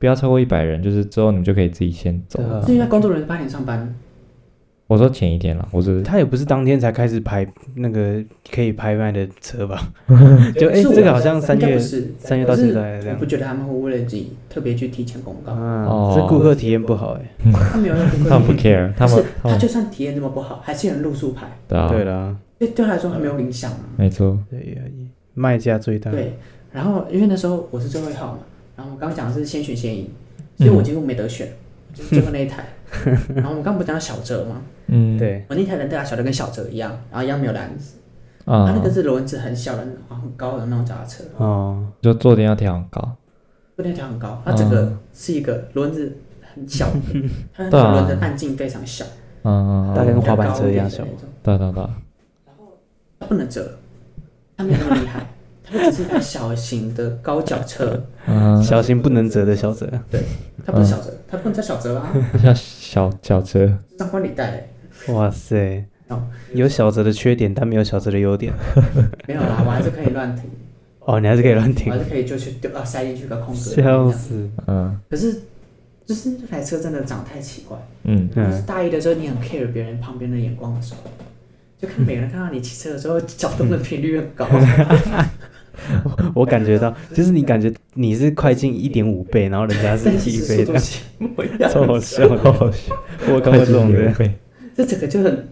[SPEAKER 3] 不要超过一百人，就是之后你们就可以自己先走
[SPEAKER 2] 对。啊
[SPEAKER 1] 是因为工作人员八点上班，
[SPEAKER 3] 我说前一天啦，我
[SPEAKER 2] [LAUGHS]
[SPEAKER 3] 是
[SPEAKER 2] 他也不是当天才开始拍那个可以拍卖的车
[SPEAKER 1] [LAUGHS]
[SPEAKER 2] 吧？就哎，
[SPEAKER 1] 是我
[SPEAKER 2] 这个好像三
[SPEAKER 1] 应该
[SPEAKER 2] 月
[SPEAKER 1] 不是
[SPEAKER 2] 三月到现在这
[SPEAKER 1] 我
[SPEAKER 2] 样
[SPEAKER 1] 不。觉得他们会为了自己特别去提前公告，
[SPEAKER 2] 啊
[SPEAKER 3] 哦，
[SPEAKER 2] 这顾客体验不好哎。
[SPEAKER 1] 他没有让顾
[SPEAKER 2] [LAUGHS]
[SPEAKER 3] 他
[SPEAKER 1] 客
[SPEAKER 3] 们不 care，他
[SPEAKER 1] 是
[SPEAKER 3] 们
[SPEAKER 2] 哦
[SPEAKER 3] 他
[SPEAKER 1] 他
[SPEAKER 3] 们
[SPEAKER 1] 就算体验这么不好，还是有人露宿牌，
[SPEAKER 3] 对啊，
[SPEAKER 2] 对啦，
[SPEAKER 1] 所以对他来说他没有影响啊。
[SPEAKER 3] 没错，
[SPEAKER 2] 对呀，卖价最大。
[SPEAKER 1] 对，然后因为那时候我是最后一号嘛，然后我刚刚讲的是先选先赢，
[SPEAKER 2] 嗯
[SPEAKER 1] 所以我几乎没得选，就是最后那一
[SPEAKER 2] [LAUGHS]
[SPEAKER 1] 台。然后我们刚刚不是讲到小哲吗？
[SPEAKER 3] 嗯，
[SPEAKER 2] 对，
[SPEAKER 1] 我那台人对啊，小哲跟小哲一样，然后一样没有篮子，他
[SPEAKER 3] 啊
[SPEAKER 1] 那，个是轮子很小的，然后很高的那种脚踏车，
[SPEAKER 2] 哦，
[SPEAKER 3] 就坐垫要调很高，
[SPEAKER 1] 那条很高，它整个
[SPEAKER 2] 啊
[SPEAKER 3] 嗯
[SPEAKER 1] 是一个轮子很小
[SPEAKER 2] [LAUGHS]
[SPEAKER 1] 的，它那
[SPEAKER 3] 对啊
[SPEAKER 1] 个轮子半径非常小，
[SPEAKER 3] 嗯，嗯
[SPEAKER 2] 大概跟
[SPEAKER 3] 嗯
[SPEAKER 2] 滑板车一样小
[SPEAKER 1] 比较高点的那种
[SPEAKER 3] 对对对，
[SPEAKER 1] 它不能折，它没有那么厉害，它就只是一台小型的高脚车，
[SPEAKER 3] 嗯， [LAUGHS]
[SPEAKER 2] 小心不能折的小折。
[SPEAKER 1] 它不是小折，
[SPEAKER 2] 嗯
[SPEAKER 1] 它不能叫小折啦，
[SPEAKER 3] 像小脚车，
[SPEAKER 1] 上官李带嘞，
[SPEAKER 2] 哇塞
[SPEAKER 1] 嗯哦，
[SPEAKER 2] 有小泽的缺点，但没有小泽的优点。
[SPEAKER 1] 没有啦，我还是可以乱停，
[SPEAKER 2] 哦，你还是可以乱
[SPEAKER 1] 我
[SPEAKER 2] [LAUGHS] 停
[SPEAKER 1] 还，是可以就去丢啊塞进去个空格，
[SPEAKER 2] 笑死。
[SPEAKER 3] 嗯
[SPEAKER 1] 可是就是那台车真的长得太奇怪。
[SPEAKER 2] [LAUGHS]
[SPEAKER 3] 嗯，
[SPEAKER 1] 就是
[SPEAKER 2] 嗯，
[SPEAKER 1] 大一的时候，你很 care 别人旁边的眼光的时候，就看每个人看到你骑车的时候，脚动的频率很高。
[SPEAKER 2] 我感觉到，就是你感觉你是快进一点五倍，然后人家是
[SPEAKER 1] 但其
[SPEAKER 2] 一
[SPEAKER 1] 实速
[SPEAKER 2] 倍
[SPEAKER 1] 度
[SPEAKER 2] 的，
[SPEAKER 1] 是一模一样
[SPEAKER 2] 超 [LAUGHS] 好笑
[SPEAKER 3] 好
[SPEAKER 2] 的。
[SPEAKER 3] 好笑，
[SPEAKER 2] 我有看过这种的，
[SPEAKER 3] 会，
[SPEAKER 1] 这整个就很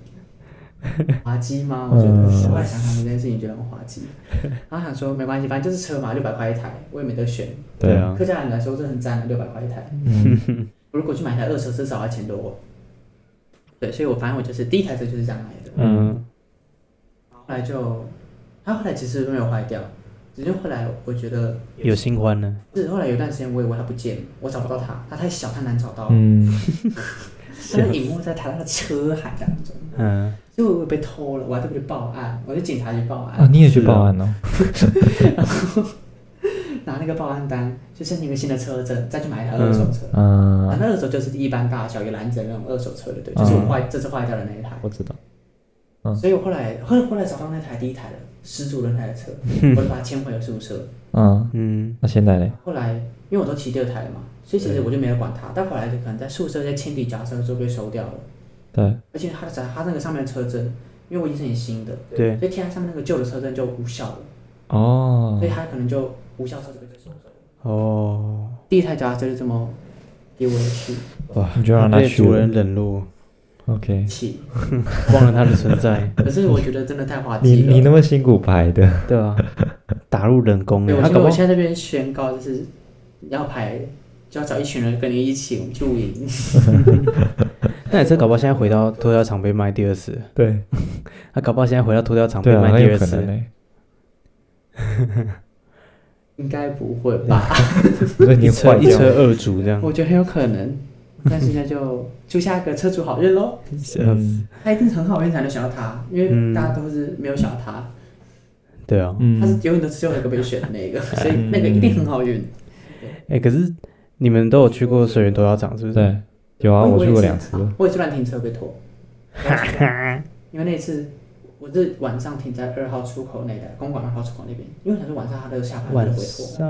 [SPEAKER 1] 滑稽吗？我觉得，
[SPEAKER 3] 嗯
[SPEAKER 1] 我来想想这件事情，觉得很滑稽。然后想说没关系，反正就是车嘛，六百块一台，我也没得选。
[SPEAKER 2] 对，啊，
[SPEAKER 1] 客家人来说，这很赞的，六百块一台。
[SPEAKER 3] 嗯
[SPEAKER 1] 如果去买台二手，至少要千多。对，所以我反正我就是第一台车就是这样来的。
[SPEAKER 2] 嗯，
[SPEAKER 1] 后来就，它后来其实没有坏掉，只是后来我觉得
[SPEAKER 2] 有新欢了，
[SPEAKER 1] 是后来有段时间我以为它不见了，我找不到它，它太小太难找到，
[SPEAKER 3] 嗯，
[SPEAKER 1] 它就隐没在台上的车海当中，
[SPEAKER 2] 嗯，
[SPEAKER 1] 所以我以为被偷了，我还特别去报案，我去警察局报案，
[SPEAKER 3] 啊，你也去报案哦，嗯
[SPEAKER 1] 拿那个报案单去申请一个新的车证，再去买一台二手车。那
[SPEAKER 3] 嗯，
[SPEAKER 1] 那二手就是一般大小，有篮子的那种二手车的，对，就是我坏、这次坏掉的那一台。
[SPEAKER 3] 我知道，嗯
[SPEAKER 1] 所以我后来后后来找到那台第一台了，失主人台的
[SPEAKER 3] [LAUGHS]
[SPEAKER 1] 车，我就把它牵回了宿舍。
[SPEAKER 3] 嗯，
[SPEAKER 2] 嗯，
[SPEAKER 3] 那现在嘞，
[SPEAKER 1] 后来因为我都骑第二台了嘛，所以其实我就没有管它，但后来就可能在宿舍在清理脚车的时候被收掉了。
[SPEAKER 3] 对，
[SPEAKER 1] 而且他的他那个上面的车针因为我已经是很新的，
[SPEAKER 2] 对，
[SPEAKER 1] 所以天台上面那个旧的车灯就无效了，
[SPEAKER 3] 哦
[SPEAKER 1] 所以它可能就无效车就被收走了。
[SPEAKER 2] 哦，
[SPEAKER 1] 第一台脚踏车就这么给我去
[SPEAKER 3] 哇，你就让他
[SPEAKER 2] 被
[SPEAKER 3] 去
[SPEAKER 2] 主
[SPEAKER 3] 了
[SPEAKER 2] 人冷落，
[SPEAKER 3] ，OK。
[SPEAKER 1] 骑，
[SPEAKER 2] 忘了它的存在，
[SPEAKER 1] 可是我觉得真的太滑
[SPEAKER 3] 你
[SPEAKER 1] 稽了。
[SPEAKER 3] 你那么辛苦排的，
[SPEAKER 2] 对吧？打入冷宫
[SPEAKER 1] 对，
[SPEAKER 2] 了，
[SPEAKER 1] 哎我
[SPEAKER 2] 他
[SPEAKER 1] 觉得
[SPEAKER 2] 搞不
[SPEAKER 1] 我
[SPEAKER 2] 好
[SPEAKER 1] 现在这边宣告就是要排，就要找一群人跟你一起，我们去露营。 [LAUGHS]
[SPEAKER 2] 那台车搞不好现在回到拖吊厂被卖第二次，
[SPEAKER 3] 对
[SPEAKER 2] 他搞不好现在回到拖吊厂
[SPEAKER 3] 对
[SPEAKER 2] 被
[SPEAKER 3] 啊，
[SPEAKER 2] 卖
[SPEAKER 3] 那
[SPEAKER 2] 第
[SPEAKER 3] 有
[SPEAKER 2] 二
[SPEAKER 3] 可能
[SPEAKER 2] 次，
[SPEAKER 3] 呢。
[SPEAKER 1] 应该不会吧？
[SPEAKER 3] 所以你
[SPEAKER 2] 一车
[SPEAKER 3] 换
[SPEAKER 2] 一车二主这
[SPEAKER 1] [LAUGHS]
[SPEAKER 2] 样，
[SPEAKER 1] 我觉得很有可能。但是那就祝下个车主好运喽！
[SPEAKER 3] 嗯
[SPEAKER 1] 他一定很好运才能选到他，因
[SPEAKER 2] 嗯
[SPEAKER 1] 为大家都是没有想到他，
[SPEAKER 2] 对啊，
[SPEAKER 1] 他是
[SPEAKER 3] 嗯，
[SPEAKER 1] 永远都是最后一个被选的
[SPEAKER 2] 嗯
[SPEAKER 1] 那个，所以那个一定很好运。
[SPEAKER 2] 哎，可是你们都有去过水源拖吊厂是不是？
[SPEAKER 3] 对，有啊，我去过两次，
[SPEAKER 1] [LAUGHS] 我也是乱停车被拖， [LAUGHS] 因为那次我是晚上停在二号出口那的公馆二号出口那边，因为他是晚上他都下班
[SPEAKER 2] [LAUGHS] 晚
[SPEAKER 1] 就回拖。
[SPEAKER 2] 上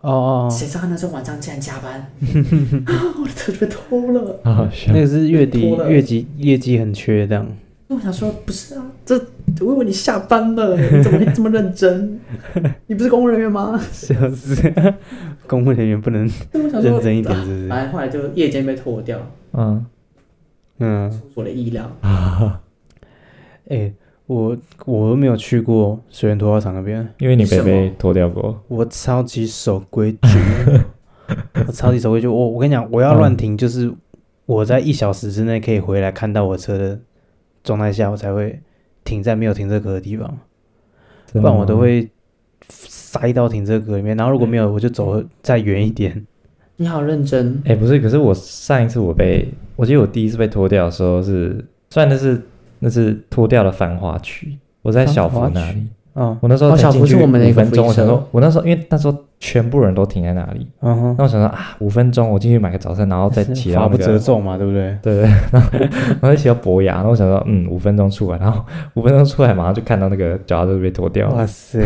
[SPEAKER 2] 哦哦，哦
[SPEAKER 1] 谁知道那时候晚上竟然加班， [LAUGHS] 啊，我的车就被偷了。
[SPEAKER 3] 啊， [LAUGHS] 好笑
[SPEAKER 2] 那个是月底
[SPEAKER 1] 拖了
[SPEAKER 2] 月绩业绩很缺这样， [LAUGHS]
[SPEAKER 1] 那我想说，不是啊，这我以为你下班了，你怎么可以这么认真？ [LAUGHS] 你不是公务人员吗？
[SPEAKER 2] 笑死， [LAUGHS] 公务人员不能
[SPEAKER 1] 那我想说
[SPEAKER 2] 认，真一点是不是？
[SPEAKER 1] 反正后来就夜间被拖掉，
[SPEAKER 3] 嗯
[SPEAKER 2] 嗯。
[SPEAKER 1] 出我的意料。
[SPEAKER 3] 啊，
[SPEAKER 2] 哎、我我都没有去过水源拖吊厂那边，
[SPEAKER 3] 因为你被
[SPEAKER 1] 什
[SPEAKER 3] 被
[SPEAKER 1] 么
[SPEAKER 3] 脱掉过，
[SPEAKER 2] 我超级守规
[SPEAKER 3] [LAUGHS]
[SPEAKER 2] 矩，我超级守规矩。我我跟你讲，我要
[SPEAKER 3] 嗯
[SPEAKER 2] 乱停，就是我在一小时之内可以回来看到我车的状态下，我才会停在没有停车格的地方，不
[SPEAKER 3] 真的
[SPEAKER 2] 然我
[SPEAKER 3] 吗
[SPEAKER 2] 都会塞到停车格里面。然后如果没有，我就走再远一点。
[SPEAKER 1] 你好认真，
[SPEAKER 3] 哎、不是，可是我上一次我被，我记得我第一次被脱掉的时候是，虽然那是那是脱掉了繁华区，我在小
[SPEAKER 2] 繁华
[SPEAKER 3] 福
[SPEAKER 2] 区
[SPEAKER 3] 那里，
[SPEAKER 2] 嗯
[SPEAKER 3] 我那时候
[SPEAKER 1] 哦
[SPEAKER 3] 才
[SPEAKER 1] 小
[SPEAKER 3] 进
[SPEAKER 1] 福是
[SPEAKER 3] 去
[SPEAKER 1] 我们的
[SPEAKER 3] 五
[SPEAKER 1] 一个
[SPEAKER 3] 分钟，
[SPEAKER 1] free
[SPEAKER 3] 我想
[SPEAKER 1] 车
[SPEAKER 3] 说，我那时候因为那时候全部人都停在那里，
[SPEAKER 2] 嗯哼，
[SPEAKER 3] 那我想说啊，五分钟我进去买个早餐，然后再
[SPEAKER 1] [LAUGHS]
[SPEAKER 3] 骑
[SPEAKER 2] 法
[SPEAKER 3] 到
[SPEAKER 2] 不
[SPEAKER 3] 那
[SPEAKER 2] 责
[SPEAKER 3] 个，
[SPEAKER 2] 众嘛，对不
[SPEAKER 3] [LAUGHS]
[SPEAKER 2] 对？
[SPEAKER 3] 对对，对然后然后再骑到博雅，然后我想说，嗯，五分钟出来，然后 [LAUGHS] 五分钟出来马上就看到那个脚踏车被脱掉了，
[SPEAKER 2] 哇塞，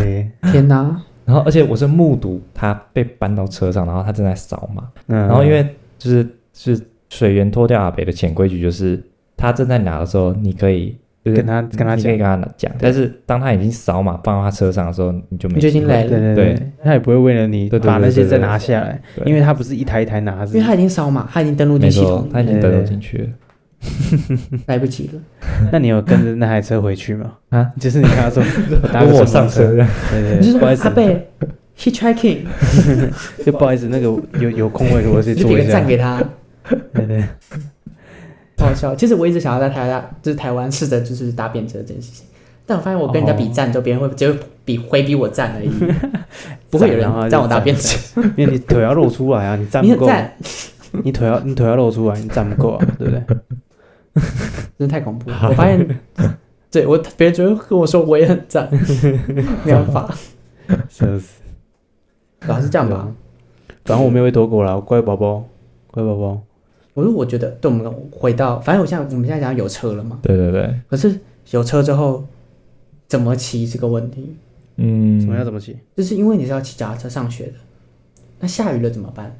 [SPEAKER 1] 天哪！
[SPEAKER 3] 然后而且我是目睹他被搬到车上，然后他正在扫码。
[SPEAKER 2] 嗯，
[SPEAKER 3] 然后因为就是是水源脱掉阿北的潜规矩，就是他正在拿的时候，你可以就是
[SPEAKER 2] 跟他跟他
[SPEAKER 3] 你可
[SPEAKER 2] 讲
[SPEAKER 3] 以，跟他讲，但是当他已经扫码放到他车上的时候，你就没
[SPEAKER 1] 你就已经
[SPEAKER 3] 机会
[SPEAKER 1] 来
[SPEAKER 2] 对
[SPEAKER 1] 了，
[SPEAKER 2] 对
[SPEAKER 3] 对
[SPEAKER 2] 对，他也不会为了你
[SPEAKER 3] 对对对
[SPEAKER 2] 把那些
[SPEAKER 3] 对对
[SPEAKER 2] 再
[SPEAKER 3] 对
[SPEAKER 2] 拿下来，
[SPEAKER 3] 对
[SPEAKER 2] 因为他不是一台一台拿，
[SPEAKER 1] 因为他已经扫码，他已经登录
[SPEAKER 3] 没
[SPEAKER 1] 进系
[SPEAKER 3] 错
[SPEAKER 1] 统，，
[SPEAKER 3] 他已经
[SPEAKER 2] 对
[SPEAKER 3] 登录
[SPEAKER 2] 对
[SPEAKER 3] 进去了。
[SPEAKER 1] 来不及了。
[SPEAKER 2] 那你有跟着那台车回去吗？
[SPEAKER 3] 啊，
[SPEAKER 2] 就是你跟他
[SPEAKER 3] [LAUGHS]
[SPEAKER 2] 说，我搭
[SPEAKER 3] 如
[SPEAKER 2] 个
[SPEAKER 3] 果
[SPEAKER 2] 顺
[SPEAKER 3] 我
[SPEAKER 2] 风
[SPEAKER 3] 上车 [LAUGHS]
[SPEAKER 2] 车，
[SPEAKER 3] 这样，
[SPEAKER 2] 对对
[SPEAKER 1] 你就
[SPEAKER 2] 对，
[SPEAKER 1] 说
[SPEAKER 2] 不好意
[SPEAKER 1] 阿
[SPEAKER 2] 思，
[SPEAKER 1] 贝，hitchhiking，
[SPEAKER 2] 就不好意思，那个有有空位，我去
[SPEAKER 1] 你就
[SPEAKER 2] 坐
[SPEAKER 1] 点
[SPEAKER 2] 一
[SPEAKER 1] 个
[SPEAKER 2] 下
[SPEAKER 1] 赞。给他。
[SPEAKER 2] 对对，
[SPEAKER 1] 好笑。其实我一直想要在台大，就是台湾试着就是搭便车这件事情，但我发现我跟人家比赞，就别人会只会比回比我赞
[SPEAKER 2] [LAUGHS]
[SPEAKER 1] 而已，不会有
[SPEAKER 2] 赞然后
[SPEAKER 1] 人
[SPEAKER 2] 就
[SPEAKER 1] 让我搭
[SPEAKER 2] 赞
[SPEAKER 1] 便车。
[SPEAKER 2] 因为你腿要露出来啊，你站
[SPEAKER 1] 你
[SPEAKER 2] 不
[SPEAKER 1] 很
[SPEAKER 2] 够，
[SPEAKER 1] 赞，
[SPEAKER 2] 你腿要你腿要露出来，你站不够
[SPEAKER 3] [LAUGHS]
[SPEAKER 2] 啊，对不对？
[SPEAKER 1] 真的太恐
[SPEAKER 2] [LAUGHS]
[SPEAKER 1] 怖了。我发现，对我别人就会跟我说我也很赞， [LAUGHS] 没办法，
[SPEAKER 2] 笑死，
[SPEAKER 1] 老是这样吧。
[SPEAKER 2] 反正我没有被躲过啦，我乖宝宝，乖宝宝，
[SPEAKER 1] 我说我觉得，对我们回到，反正我现在我们现在讲有车了嘛，
[SPEAKER 3] 对对对，
[SPEAKER 1] 可是有车之后怎么骑这个问题，
[SPEAKER 3] 嗯，
[SPEAKER 2] 什么要怎么骑？
[SPEAKER 1] 就是因为你是要骑脚踏车上学的，那下雨了怎么办？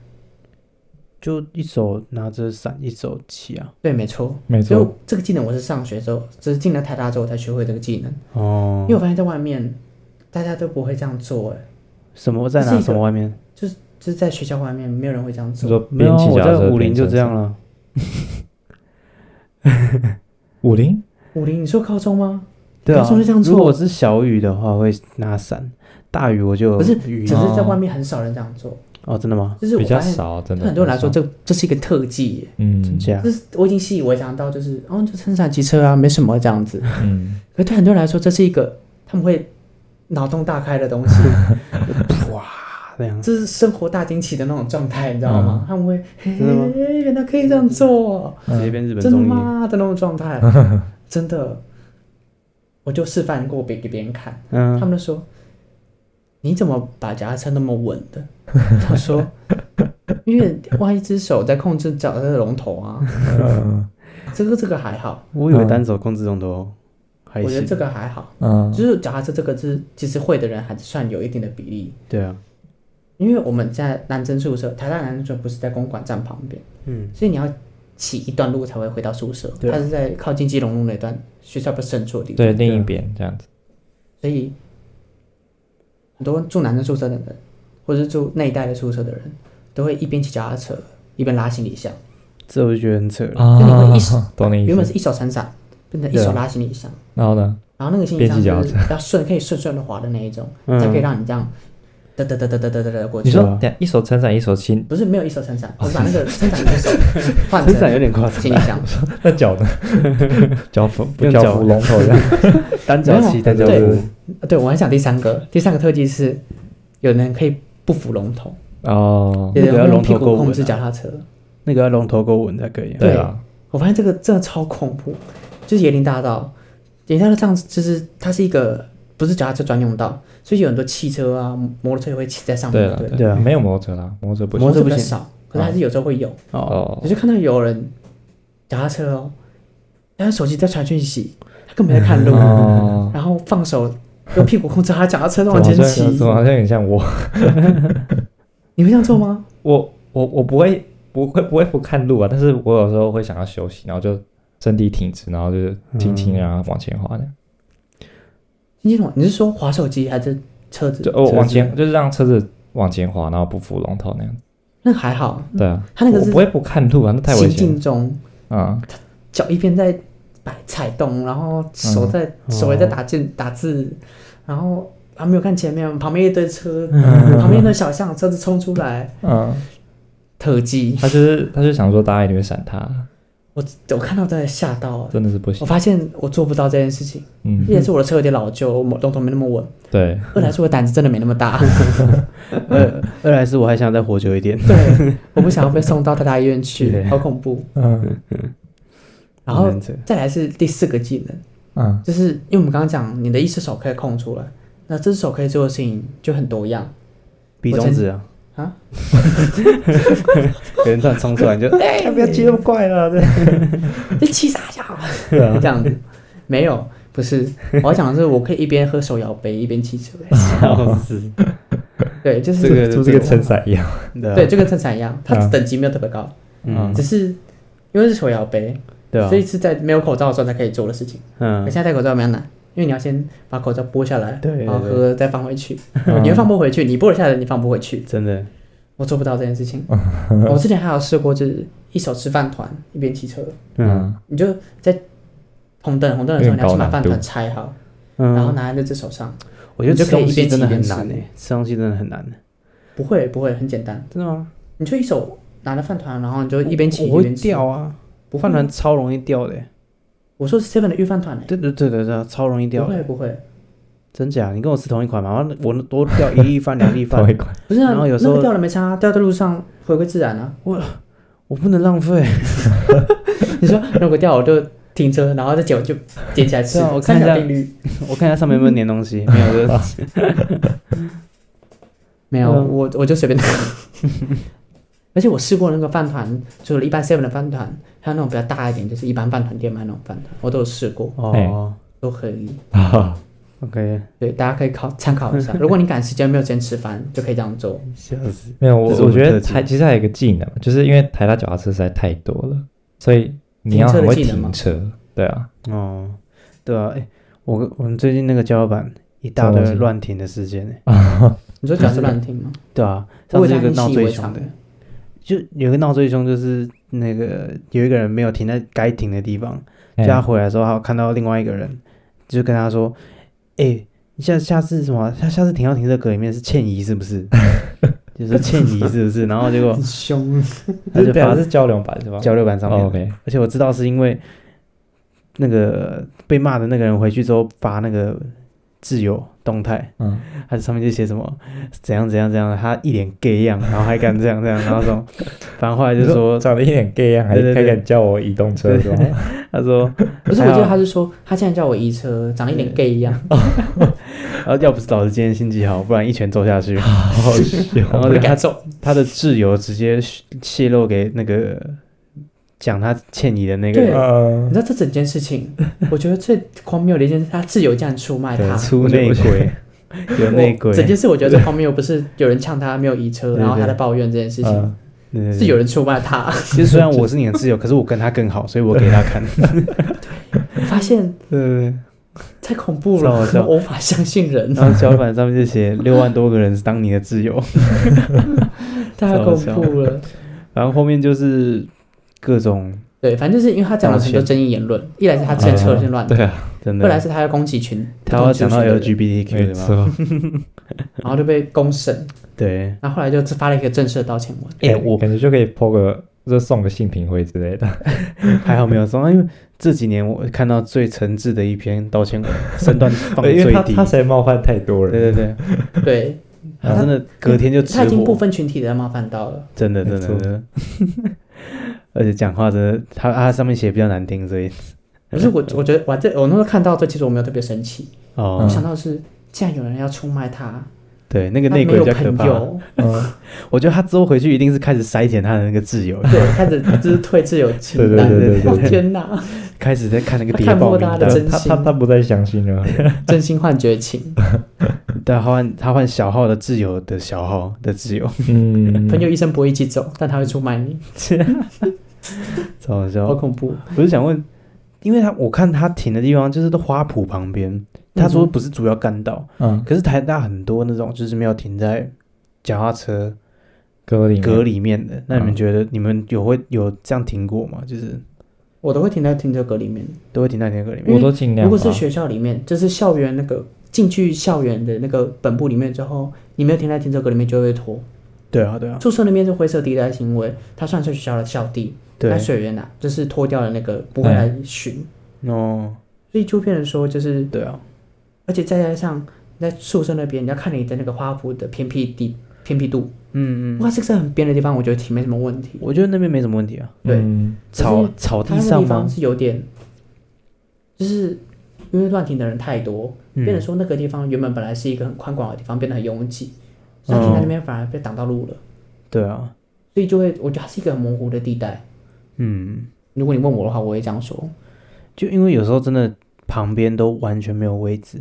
[SPEAKER 2] 就一手拿着伞，一手骑啊。
[SPEAKER 1] 对，没错，
[SPEAKER 3] 没
[SPEAKER 1] 所以
[SPEAKER 3] 错，
[SPEAKER 1] 我这个技能我是上学之后，就是进了台大之后才学会这个技能，
[SPEAKER 2] 哦
[SPEAKER 1] 因为，我发现在外面大家都不会这样做，哎，
[SPEAKER 2] 什么在
[SPEAKER 1] 这是
[SPEAKER 2] 哪？
[SPEAKER 1] 一个
[SPEAKER 2] 什么外面？
[SPEAKER 1] 就是在学校外面没有人会这样
[SPEAKER 3] 你
[SPEAKER 1] 做。
[SPEAKER 3] 说
[SPEAKER 2] 没
[SPEAKER 3] 边
[SPEAKER 2] 有啊，
[SPEAKER 3] 骑
[SPEAKER 2] 我
[SPEAKER 3] 脚踏
[SPEAKER 2] 在
[SPEAKER 3] 车
[SPEAKER 2] 武
[SPEAKER 3] 边
[SPEAKER 2] 林就
[SPEAKER 3] 上
[SPEAKER 2] 这样
[SPEAKER 3] 车，
[SPEAKER 2] 了。
[SPEAKER 3] 武林
[SPEAKER 1] 武林，你说高中吗？
[SPEAKER 2] 对啊
[SPEAKER 1] 高中就这样，做
[SPEAKER 2] 如果是小雨的话，会拿伞；大雨我就
[SPEAKER 1] 不是
[SPEAKER 2] 雨
[SPEAKER 1] 只是在外面很少人这样做，
[SPEAKER 2] 哦，真的吗？
[SPEAKER 1] 就是我
[SPEAKER 3] 啊比较
[SPEAKER 1] 发现
[SPEAKER 3] 少，真的
[SPEAKER 1] 对很多人来说，
[SPEAKER 3] 很少，
[SPEAKER 1] 这这是一个特技耶，
[SPEAKER 3] 嗯
[SPEAKER 2] 真假
[SPEAKER 1] 就？是我已经习以为常到就是哦，就撑伞骑车啊，没什么这样子。
[SPEAKER 3] 嗯，
[SPEAKER 1] 可对很多人来说，这是一个他们会脑洞大开的东西，
[SPEAKER 2] 哇，这样
[SPEAKER 1] 这是生活大惊奇的那种状态，你知道吗？他们会
[SPEAKER 2] 嗯真的吗嗯
[SPEAKER 1] 嘿，原来可以这样做。
[SPEAKER 2] 直接变日本
[SPEAKER 1] 真的
[SPEAKER 2] 综艺。
[SPEAKER 1] 吗的那种状
[SPEAKER 2] [LAUGHS]
[SPEAKER 1] 态，真的，我就示范过给给别人看，他
[SPEAKER 2] 嗯，
[SPEAKER 1] 们就说你怎么把脚踏车那么稳的？ [LAUGHS] 他说，因为我一只手在控制脚踏车的龙头啊，
[SPEAKER 3] 嗯
[SPEAKER 1] [LAUGHS] 这个这个还好，
[SPEAKER 2] 我以为单手控制龙头还
[SPEAKER 1] 我觉得
[SPEAKER 2] 行。
[SPEAKER 1] 这个还好，
[SPEAKER 3] 嗯，
[SPEAKER 1] 就是脚踏车这个是其实会的人还是算有一定的比例，
[SPEAKER 2] 对啊，
[SPEAKER 1] 因为我们在南征宿舍，台大南征宿舍不是在公馆站旁边，
[SPEAKER 2] 嗯，
[SPEAKER 1] 所以你要骑一段路才会回到宿舍，
[SPEAKER 2] 对
[SPEAKER 1] 它是在靠近基隆路那段学校比较深处的地方，
[SPEAKER 3] 啊对，另一边这样子，
[SPEAKER 1] 所以很多住男生宿舍的人，或者是住那一带的宿舍的人，都会一边骑脚踏车一边拉行李箱，
[SPEAKER 2] 这我就觉得很扯了。
[SPEAKER 3] 哦
[SPEAKER 1] 那你会意识
[SPEAKER 3] 啊 [LAUGHS] 懂你意
[SPEAKER 1] 原本
[SPEAKER 3] 思。
[SPEAKER 1] 是一手撑伞，变成一手拉行李箱，
[SPEAKER 3] 然后呢？
[SPEAKER 1] 然后那个行李箱
[SPEAKER 3] 边
[SPEAKER 1] 就
[SPEAKER 3] 骑
[SPEAKER 1] 是要顺，可以顺顺的滑的那一种，
[SPEAKER 2] 嗯
[SPEAKER 1] 才可以让你这样嘚嘚嘚嘚嘚嘚嘚嘚过
[SPEAKER 3] 你
[SPEAKER 1] 去。
[SPEAKER 3] 说
[SPEAKER 2] 是啊，
[SPEAKER 3] 等一下一手撑伞，一手 [LAUGHS] 亲，
[SPEAKER 1] 不是没有一手撑伞，我是把那个撑伞的
[SPEAKER 3] [LAUGHS]
[SPEAKER 1] 手换
[SPEAKER 2] 撑伞有
[SPEAKER 1] 成
[SPEAKER 2] 点夸张，
[SPEAKER 1] 行李箱。
[SPEAKER 3] 那脚呢？脚扶
[SPEAKER 2] 用
[SPEAKER 3] 脚
[SPEAKER 2] 脚
[SPEAKER 3] 扶龙头这样，
[SPEAKER 2] 单脚
[SPEAKER 1] 没
[SPEAKER 2] 骑
[SPEAKER 1] 有
[SPEAKER 2] 单脚
[SPEAKER 1] 对
[SPEAKER 2] 步，
[SPEAKER 1] 对，我还想第三个，第三个特技是有人可以不扶龙头，
[SPEAKER 3] 哦，
[SPEAKER 1] 有
[SPEAKER 2] 那个
[SPEAKER 1] 人
[SPEAKER 2] 要
[SPEAKER 1] 用
[SPEAKER 2] 龙头
[SPEAKER 1] 屁股
[SPEAKER 2] 够稳
[SPEAKER 1] 控制
[SPEAKER 2] 啊
[SPEAKER 1] 脚踏车。
[SPEAKER 2] 那个要龙头够稳才可以啊。
[SPEAKER 1] 对
[SPEAKER 3] 啊，
[SPEAKER 1] 我发现这个真的超恐怖，就是椰林大道，椰林大道上就是它是一个不是脚踏车专用道，所以有很多汽车啊、摩托车也会骑在上
[SPEAKER 3] 对
[SPEAKER 1] 面，
[SPEAKER 3] 了，
[SPEAKER 1] 对不对，
[SPEAKER 2] 对啊
[SPEAKER 3] 没有摩托车啦，摩托车不行
[SPEAKER 2] 摩托车
[SPEAKER 1] 比较
[SPEAKER 2] 不行
[SPEAKER 1] 少，可是还是有时候会有，
[SPEAKER 2] 哦，
[SPEAKER 3] 哦
[SPEAKER 1] 我，就看到有人脚踏车哦，他手机在传讯息，他根本没在看路，
[SPEAKER 3] 哦，
[SPEAKER 1] 然后放手用屁股控制他脚踏车
[SPEAKER 3] 怎
[SPEAKER 1] 在
[SPEAKER 3] 么
[SPEAKER 1] 往
[SPEAKER 3] 好
[SPEAKER 1] 前
[SPEAKER 3] 像
[SPEAKER 1] 骑，
[SPEAKER 3] 怎么好像有点像我？
[SPEAKER 1] 你会这样做吗？
[SPEAKER 3] 我我我不会不会不会不看路啊，但是我有时候会想要休息，然后就身体挺直，然后就轻轻
[SPEAKER 2] 嗯
[SPEAKER 3] 啊然后往前滑的，
[SPEAKER 1] 你种你是说滑手机还是车子
[SPEAKER 3] 就？哦
[SPEAKER 2] 车子
[SPEAKER 3] 往前就是让车子往前滑，然后不扶龙头那样子。
[SPEAKER 1] 那还好，
[SPEAKER 3] 对啊，
[SPEAKER 1] 他那个
[SPEAKER 3] 我
[SPEAKER 1] 是
[SPEAKER 3] 不会不看路啊，那太危
[SPEAKER 1] 行
[SPEAKER 3] 险
[SPEAKER 1] 进中。
[SPEAKER 3] 了啊。
[SPEAKER 1] 脚一边在摆踩动，然后手在、
[SPEAKER 2] 嗯
[SPEAKER 3] 哦
[SPEAKER 1] 手也在打字打字，然后还没有看前面，旁边一堆车，
[SPEAKER 3] 嗯
[SPEAKER 1] 旁边一堆小巷，车子冲出来，
[SPEAKER 3] 嗯，
[SPEAKER 1] 特技，
[SPEAKER 3] 他就是他就想说大家一定会闪他，
[SPEAKER 1] 我我看到真的吓到了。
[SPEAKER 3] 真的是不
[SPEAKER 1] 我
[SPEAKER 3] 行。
[SPEAKER 1] 发现我做不到这件事情，
[SPEAKER 3] 嗯
[SPEAKER 1] 一，来是我的车有点老旧，我龙头没那么稳；
[SPEAKER 3] 对，
[SPEAKER 1] 二来是我胆子真的没那么
[SPEAKER 3] [LAUGHS]
[SPEAKER 1] 大，
[SPEAKER 2] 二二来是我还想再活久一点。
[SPEAKER 1] 对，我不想要被送到太大医院去，
[SPEAKER 2] 对
[SPEAKER 1] 好恐怖。
[SPEAKER 3] 嗯
[SPEAKER 1] 然后
[SPEAKER 2] 很扯
[SPEAKER 1] 再来是第四个技能，
[SPEAKER 3] 嗯，
[SPEAKER 1] 就是因为我们刚刚讲你的一只手可以空出来，那这只手可以做的事情就很多样，
[SPEAKER 2] 比中指啊
[SPEAKER 1] 啊，
[SPEAKER 2] [LAUGHS] 有人突然冲出来你就 [LAUGHS]
[SPEAKER 3] 哎，不要接那么快了，对啊
[SPEAKER 1] 这七傻笑，
[SPEAKER 3] [LAUGHS] 对啊
[SPEAKER 1] 这样子，没有，不是，我要讲的是，我可以一边喝手摇杯一边骑车，
[SPEAKER 2] 笑
[SPEAKER 1] [LAUGHS]
[SPEAKER 2] 死。
[SPEAKER 1] 对，就是
[SPEAKER 2] 嗯这个
[SPEAKER 3] 就这个撑伞一样。
[SPEAKER 2] 对啊
[SPEAKER 1] 对，就跟撑伞一样，它
[SPEAKER 3] 啊
[SPEAKER 1] 等级没有特别高，
[SPEAKER 2] 嗯
[SPEAKER 1] 只是因为是手摇杯，
[SPEAKER 2] 对啊
[SPEAKER 1] 所，以是在没有口罩的时候才可以做的事情。可
[SPEAKER 2] 嗯
[SPEAKER 1] 现在戴口罩比较难，因为你要先把口罩剥下来，
[SPEAKER 2] 对对
[SPEAKER 1] 然后
[SPEAKER 2] 对
[SPEAKER 1] 喝再放回去，
[SPEAKER 3] [LAUGHS] 嗯
[SPEAKER 1] 你会放不回去，你剥了下来你放不回去，
[SPEAKER 2] 真的
[SPEAKER 1] 我做不到这件事
[SPEAKER 2] [LAUGHS]
[SPEAKER 1] 情。我之前还有试过，就是一手吃饭团一边骑车，
[SPEAKER 2] 嗯
[SPEAKER 1] 你就在红灯红灯的时候，
[SPEAKER 3] 有
[SPEAKER 1] 你
[SPEAKER 3] 点
[SPEAKER 1] 要
[SPEAKER 3] 高
[SPEAKER 1] 先把
[SPEAKER 3] 难
[SPEAKER 1] 饭
[SPEAKER 3] 度
[SPEAKER 1] 团拆好。然后
[SPEAKER 2] 嗯，
[SPEAKER 1] 拿在那只手上。
[SPEAKER 2] 我觉得
[SPEAKER 1] 你就
[SPEAKER 2] 吃
[SPEAKER 1] 可以
[SPEAKER 2] 东
[SPEAKER 1] 一边
[SPEAKER 2] 西
[SPEAKER 1] 骑
[SPEAKER 2] 真的
[SPEAKER 1] 一边
[SPEAKER 2] 很
[SPEAKER 1] 吃
[SPEAKER 2] 难诶，吃东西真的很难。
[SPEAKER 1] 不会不会，很简单，
[SPEAKER 2] 真的吗？
[SPEAKER 1] 你就一手拿着饭团，然后你就一边骑
[SPEAKER 2] 我
[SPEAKER 1] 一
[SPEAKER 2] 会
[SPEAKER 1] 边吃。
[SPEAKER 2] 掉啊，
[SPEAKER 1] 不会
[SPEAKER 2] 饭团超容易掉的欸。
[SPEAKER 1] 我说 seven 的预饭团呢？
[SPEAKER 2] 对对对对对，超容易掉
[SPEAKER 1] 不
[SPEAKER 2] 的。
[SPEAKER 1] 会不会，
[SPEAKER 2] 真假？你跟我吃同一款嘛？然后我多掉一粒饭、两粒饭
[SPEAKER 3] [LAUGHS] 同，一款，
[SPEAKER 1] 不是啊，
[SPEAKER 2] 然后有时候
[SPEAKER 1] 那个掉了没差啊，掉在路上回归自然啊。 [LAUGHS]
[SPEAKER 2] 我不能浪费。
[SPEAKER 1] 你说如果掉我就停车，然后再捡我就捡起来吃
[SPEAKER 2] 对啊我。
[SPEAKER 1] 三
[SPEAKER 2] 看一下
[SPEAKER 1] 角定律
[SPEAKER 2] 我看一下上面有没有粘东西，没
[SPEAKER 3] [LAUGHS]
[SPEAKER 2] 有
[SPEAKER 3] 啊
[SPEAKER 2] 就
[SPEAKER 1] 没有，
[SPEAKER 2] 嗯
[SPEAKER 1] 我我就随便拿。而且我试过那个饭团，除了一般 seven 的饭团，还有那种比较大一点，就是一般饭团店卖那种饭团，我都有试过，
[SPEAKER 2] 哦。
[SPEAKER 1] 都可以。
[SPEAKER 3] 啊
[SPEAKER 2] [LAUGHS] OK，
[SPEAKER 1] 对，大家可以考参考一下。如果你赶时间没有时间吃饭，就可以这样做。
[SPEAKER 2] 笑死！
[SPEAKER 3] 没有
[SPEAKER 2] 这是
[SPEAKER 3] 我，
[SPEAKER 2] 我们
[SPEAKER 3] 我觉
[SPEAKER 2] 特
[SPEAKER 3] 得
[SPEAKER 2] 技
[SPEAKER 3] 还其实还有一个技能，就是因为台大脚踏车实在太多了，所以你要很会
[SPEAKER 1] 停车的技能吗
[SPEAKER 3] 停车。对 [LAUGHS] 啊，
[SPEAKER 2] 哦，对啊，哎，我我们最近那个交流版一大
[SPEAKER 3] 什么东
[SPEAKER 2] 堆
[SPEAKER 3] 西
[SPEAKER 2] 乱停的事件哎，
[SPEAKER 1] 你说脚是乱听吗？
[SPEAKER 2] 对啊，上
[SPEAKER 1] 我
[SPEAKER 2] 次
[SPEAKER 1] 以
[SPEAKER 2] 有
[SPEAKER 1] 为
[SPEAKER 2] 一个
[SPEAKER 1] 他
[SPEAKER 2] 闹
[SPEAKER 1] 很习以
[SPEAKER 2] 最
[SPEAKER 1] [LAUGHS] 为
[SPEAKER 2] 凶
[SPEAKER 1] 常
[SPEAKER 2] 的，就有一个闹最凶就是那个有一个人没有停在该停的地方，就他
[SPEAKER 3] 哎
[SPEAKER 2] 回来的时候，他有看到另外一个人，就跟他说：“哎，你下下次什么？啊下下次停到停车格里面是倩怡是不是？” [LAUGHS] 就是倩怡是不是？然后结果
[SPEAKER 1] 很凶，
[SPEAKER 2] 他就
[SPEAKER 3] 这
[SPEAKER 2] 发
[SPEAKER 3] 表是交流版是吧？
[SPEAKER 2] 交流版上面
[SPEAKER 3] 哦 OK，
[SPEAKER 2] 而且我知道是因为那个被骂的那个人回去之后发那个自由动态，
[SPEAKER 3] 嗯，
[SPEAKER 2] 他上面就写什么怎样怎样怎样，他一脸 gay 样，然后还敢这样这样，然后说，反正后来就
[SPEAKER 3] 你
[SPEAKER 2] 说，
[SPEAKER 3] 长得一点 gay 啊样，还
[SPEAKER 2] 对对
[SPEAKER 3] 还
[SPEAKER 2] 对
[SPEAKER 3] 敢叫 [LAUGHS] 我移动车是吧？
[SPEAKER 2] 他说，
[SPEAKER 1] 不是，我
[SPEAKER 2] 还好
[SPEAKER 1] 记得他是说，他竟然叫我移车，长得一脸 gay [LAUGHS] 一样，
[SPEAKER 2] 啊要不是老子今天心情好，不然一拳揍
[SPEAKER 1] [LAUGHS]
[SPEAKER 2] 下去。
[SPEAKER 3] 好笑
[SPEAKER 2] 然后
[SPEAKER 1] 我
[SPEAKER 2] 就
[SPEAKER 1] 的
[SPEAKER 2] 他
[SPEAKER 1] 感受。
[SPEAKER 2] 他的挚友直接泄露给那个讲他欠你的那个
[SPEAKER 1] 对
[SPEAKER 2] 人，
[SPEAKER 3] 嗯
[SPEAKER 1] 你知道这整件事情，我觉得最荒谬的一件事，他自由这样出卖 [LAUGHS] 他。
[SPEAKER 2] 出内鬼，有内
[SPEAKER 1] 我
[SPEAKER 2] 鬼，
[SPEAKER 1] 整件事我觉得最荒谬，不是有人呛他没有移车，
[SPEAKER 2] 对
[SPEAKER 1] 然后他
[SPEAKER 2] 对
[SPEAKER 1] 在抱怨这件事情，
[SPEAKER 3] 嗯
[SPEAKER 2] 对对对
[SPEAKER 1] 是有人出卖他。 [LAUGHS]
[SPEAKER 2] 其实虽然我是你的挚友，可是我跟他更好，所以我给他看。
[SPEAKER 1] 我发现
[SPEAKER 2] 对对对。
[SPEAKER 1] 太恐怖
[SPEAKER 2] 超好
[SPEAKER 1] 了，
[SPEAKER 2] 笑
[SPEAKER 1] 我无法相信人，
[SPEAKER 2] 然后脚板上面就写六万多个人是当你的挚友，
[SPEAKER 1] 太
[SPEAKER 2] 超好
[SPEAKER 1] 恐
[SPEAKER 2] 笑
[SPEAKER 1] 怖了。
[SPEAKER 2] 然后后面就是各种
[SPEAKER 1] 对，反正就是因为他讲了很多
[SPEAKER 2] 道歉
[SPEAKER 1] 争议言论，一来是他政策是乱的，
[SPEAKER 3] 对啊，
[SPEAKER 2] 呃真的
[SPEAKER 1] 二来是他要攻击群，
[SPEAKER 2] 他要讲到
[SPEAKER 1] 不同族群的人
[SPEAKER 2] LGBTQ
[SPEAKER 3] 没
[SPEAKER 2] 的嘛？
[SPEAKER 3] 错。
[SPEAKER 1] 然后就被公审，
[SPEAKER 2] 对，
[SPEAKER 1] 然后后来就发了一个正式的道歉文。
[SPEAKER 2] 哎、我
[SPEAKER 3] 感觉就可以 po 个，就送个性平会之类的。
[SPEAKER 2] 还好没有送，因为这几年我看到最诚挚的一篇道歉文，身段
[SPEAKER 1] [LAUGHS]
[SPEAKER 2] 放
[SPEAKER 3] 因为
[SPEAKER 2] 最
[SPEAKER 3] 他
[SPEAKER 2] 低
[SPEAKER 3] 他。才冒犯太多人。
[SPEAKER 2] 对对对，
[SPEAKER 1] 对，
[SPEAKER 2] 他真的 [LAUGHS] 隔天就嗯
[SPEAKER 1] 他
[SPEAKER 2] 吃
[SPEAKER 1] 已经部
[SPEAKER 2] 火，
[SPEAKER 1] 分群体的冒犯到了，
[SPEAKER 2] 真的真的
[SPEAKER 3] 没错
[SPEAKER 2] 真的。 [LAUGHS] 而且讲话真的，他他上面写比较难听，所以
[SPEAKER 1] 可是我我觉得我这我那时候看到这，其实我没有特别生气，
[SPEAKER 2] 哦
[SPEAKER 1] 我，想到的是竟然有人要出卖他，
[SPEAKER 2] 对，
[SPEAKER 1] 那
[SPEAKER 2] 那个内
[SPEAKER 1] 没
[SPEAKER 2] 鬼
[SPEAKER 1] 有
[SPEAKER 2] 比较可
[SPEAKER 1] 朋
[SPEAKER 2] 怕。
[SPEAKER 1] 友，
[SPEAKER 3] 嗯，
[SPEAKER 2] 我觉得他之后回去一定是开始筛选他的那个挚
[SPEAKER 1] [LAUGHS]
[SPEAKER 2] 友，
[SPEAKER 1] 对，开始就是退自
[SPEAKER 2] [LAUGHS]
[SPEAKER 1] 由清单，
[SPEAKER 2] 对对对对对
[SPEAKER 1] 哦天哪，
[SPEAKER 2] 开始在看那个谍
[SPEAKER 1] 他看
[SPEAKER 2] 报
[SPEAKER 1] 破
[SPEAKER 2] 名
[SPEAKER 1] 他的
[SPEAKER 2] 单。
[SPEAKER 1] 真
[SPEAKER 3] 他
[SPEAKER 1] 心
[SPEAKER 3] 他他不再相信了。
[SPEAKER 1] 真心换绝情，
[SPEAKER 2] 但他换他换小号的挚友的小号的挚友，
[SPEAKER 3] 嗯，
[SPEAKER 1] 朋友一生不会一起走，但他会出卖你，
[SPEAKER 2] 超好笑
[SPEAKER 1] 好。恐怖，
[SPEAKER 2] 我就想问，因为他我看他停的地方就是都花圃旁边，他说
[SPEAKER 1] 嗯哼
[SPEAKER 2] 不是主要干道，
[SPEAKER 3] 嗯，
[SPEAKER 2] 可是台大很多那种就是没有停在脚踏车
[SPEAKER 3] 隔离
[SPEAKER 2] 格里面的，那你们
[SPEAKER 3] 嗯
[SPEAKER 2] 觉得你们有会有这样停过吗？就是
[SPEAKER 1] 我都会停在停车格里面。
[SPEAKER 2] 都会停在那个里面
[SPEAKER 3] 我都尽量
[SPEAKER 1] 嗯如
[SPEAKER 3] 吧。
[SPEAKER 1] 果是学校里面，就是校园那个进去校园的那个本部里面之后，你没有停在停车格里面就会被拖。
[SPEAKER 2] 对啊，对啊，
[SPEAKER 1] 宿舍那边是灰色地带行为，它算是学校的校地，
[SPEAKER 2] 对嗯
[SPEAKER 1] 那水源啊，就是脱掉了那个不会来巡，
[SPEAKER 2] 哦，
[SPEAKER 1] 所以就变成说就是，
[SPEAKER 2] 对啊，
[SPEAKER 1] 而且再加上在宿舍那边，你要看你的那个花圃的偏僻地偏僻度，
[SPEAKER 2] 嗯
[SPEAKER 1] 如果它是个很边的地方，我觉得挺没什么问题
[SPEAKER 2] 嗯，。我觉得那边没什么问题啊，
[SPEAKER 1] 对
[SPEAKER 3] 嗯
[SPEAKER 2] 草草
[SPEAKER 1] 它
[SPEAKER 2] 地
[SPEAKER 1] 那个
[SPEAKER 2] 上
[SPEAKER 1] 地方哦
[SPEAKER 2] 吗？
[SPEAKER 1] 是有点，就是因为乱停的人太多，
[SPEAKER 2] 嗯
[SPEAKER 1] 变成说那个地方原本本来是一个很宽广的地方，变得很拥挤，所以它停在那
[SPEAKER 3] 嗯
[SPEAKER 1] 边反而被挡到路了，
[SPEAKER 2] 对啊，
[SPEAKER 1] 所以就会我觉得它是一个很模糊的地带。
[SPEAKER 2] 嗯，
[SPEAKER 1] 如果你问我的话，我会这样说，
[SPEAKER 2] 就因为有时候真的旁边都完全没有位置，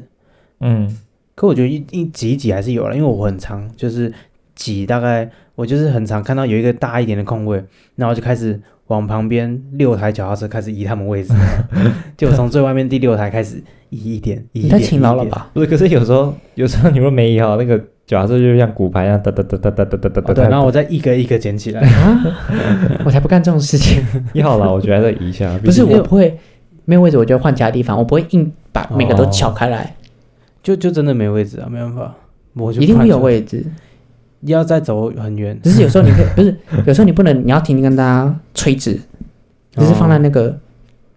[SPEAKER 3] 嗯
[SPEAKER 2] 可我觉得一一挤一挤还是有了，因为我很常就是挤，大概我就是很常看到有一个大一点的空位，然后我就开始往旁边六台脚踏车开始移他
[SPEAKER 1] [LAUGHS]
[SPEAKER 2] 们位置，就我从最外面第六台开始移一点，移一
[SPEAKER 1] 你
[SPEAKER 2] 点，
[SPEAKER 1] 太勤劳了
[SPEAKER 2] 移一点？
[SPEAKER 1] 吧？
[SPEAKER 3] 不是，可是有时候有时候你若没移好那个脚踏车，就像骨牌一样哒哒哒哒哒哒哒哒
[SPEAKER 2] 哦
[SPEAKER 3] 哒。
[SPEAKER 2] 对，然后我再一个一个捡起来。
[SPEAKER 1] [LAUGHS] 我才不干这种事
[SPEAKER 3] [LAUGHS]
[SPEAKER 1] 情。
[SPEAKER 3] 移好了，我觉得还是移一下。
[SPEAKER 1] 不是，
[SPEAKER 3] 毕竟
[SPEAKER 1] 我不会没有位置，我就换其他地方，我不会硬把每个都
[SPEAKER 3] 哦
[SPEAKER 1] 撬开来，
[SPEAKER 2] 就就真的没位置啊，没办法，我就
[SPEAKER 1] 一定会有
[SPEAKER 2] 看着，
[SPEAKER 1] 位置。
[SPEAKER 2] 要再走很远，
[SPEAKER 1] 只是 [LAUGHS] 有时候你可以，不是有时候你不能，你要停跟大家垂直，只是放在那个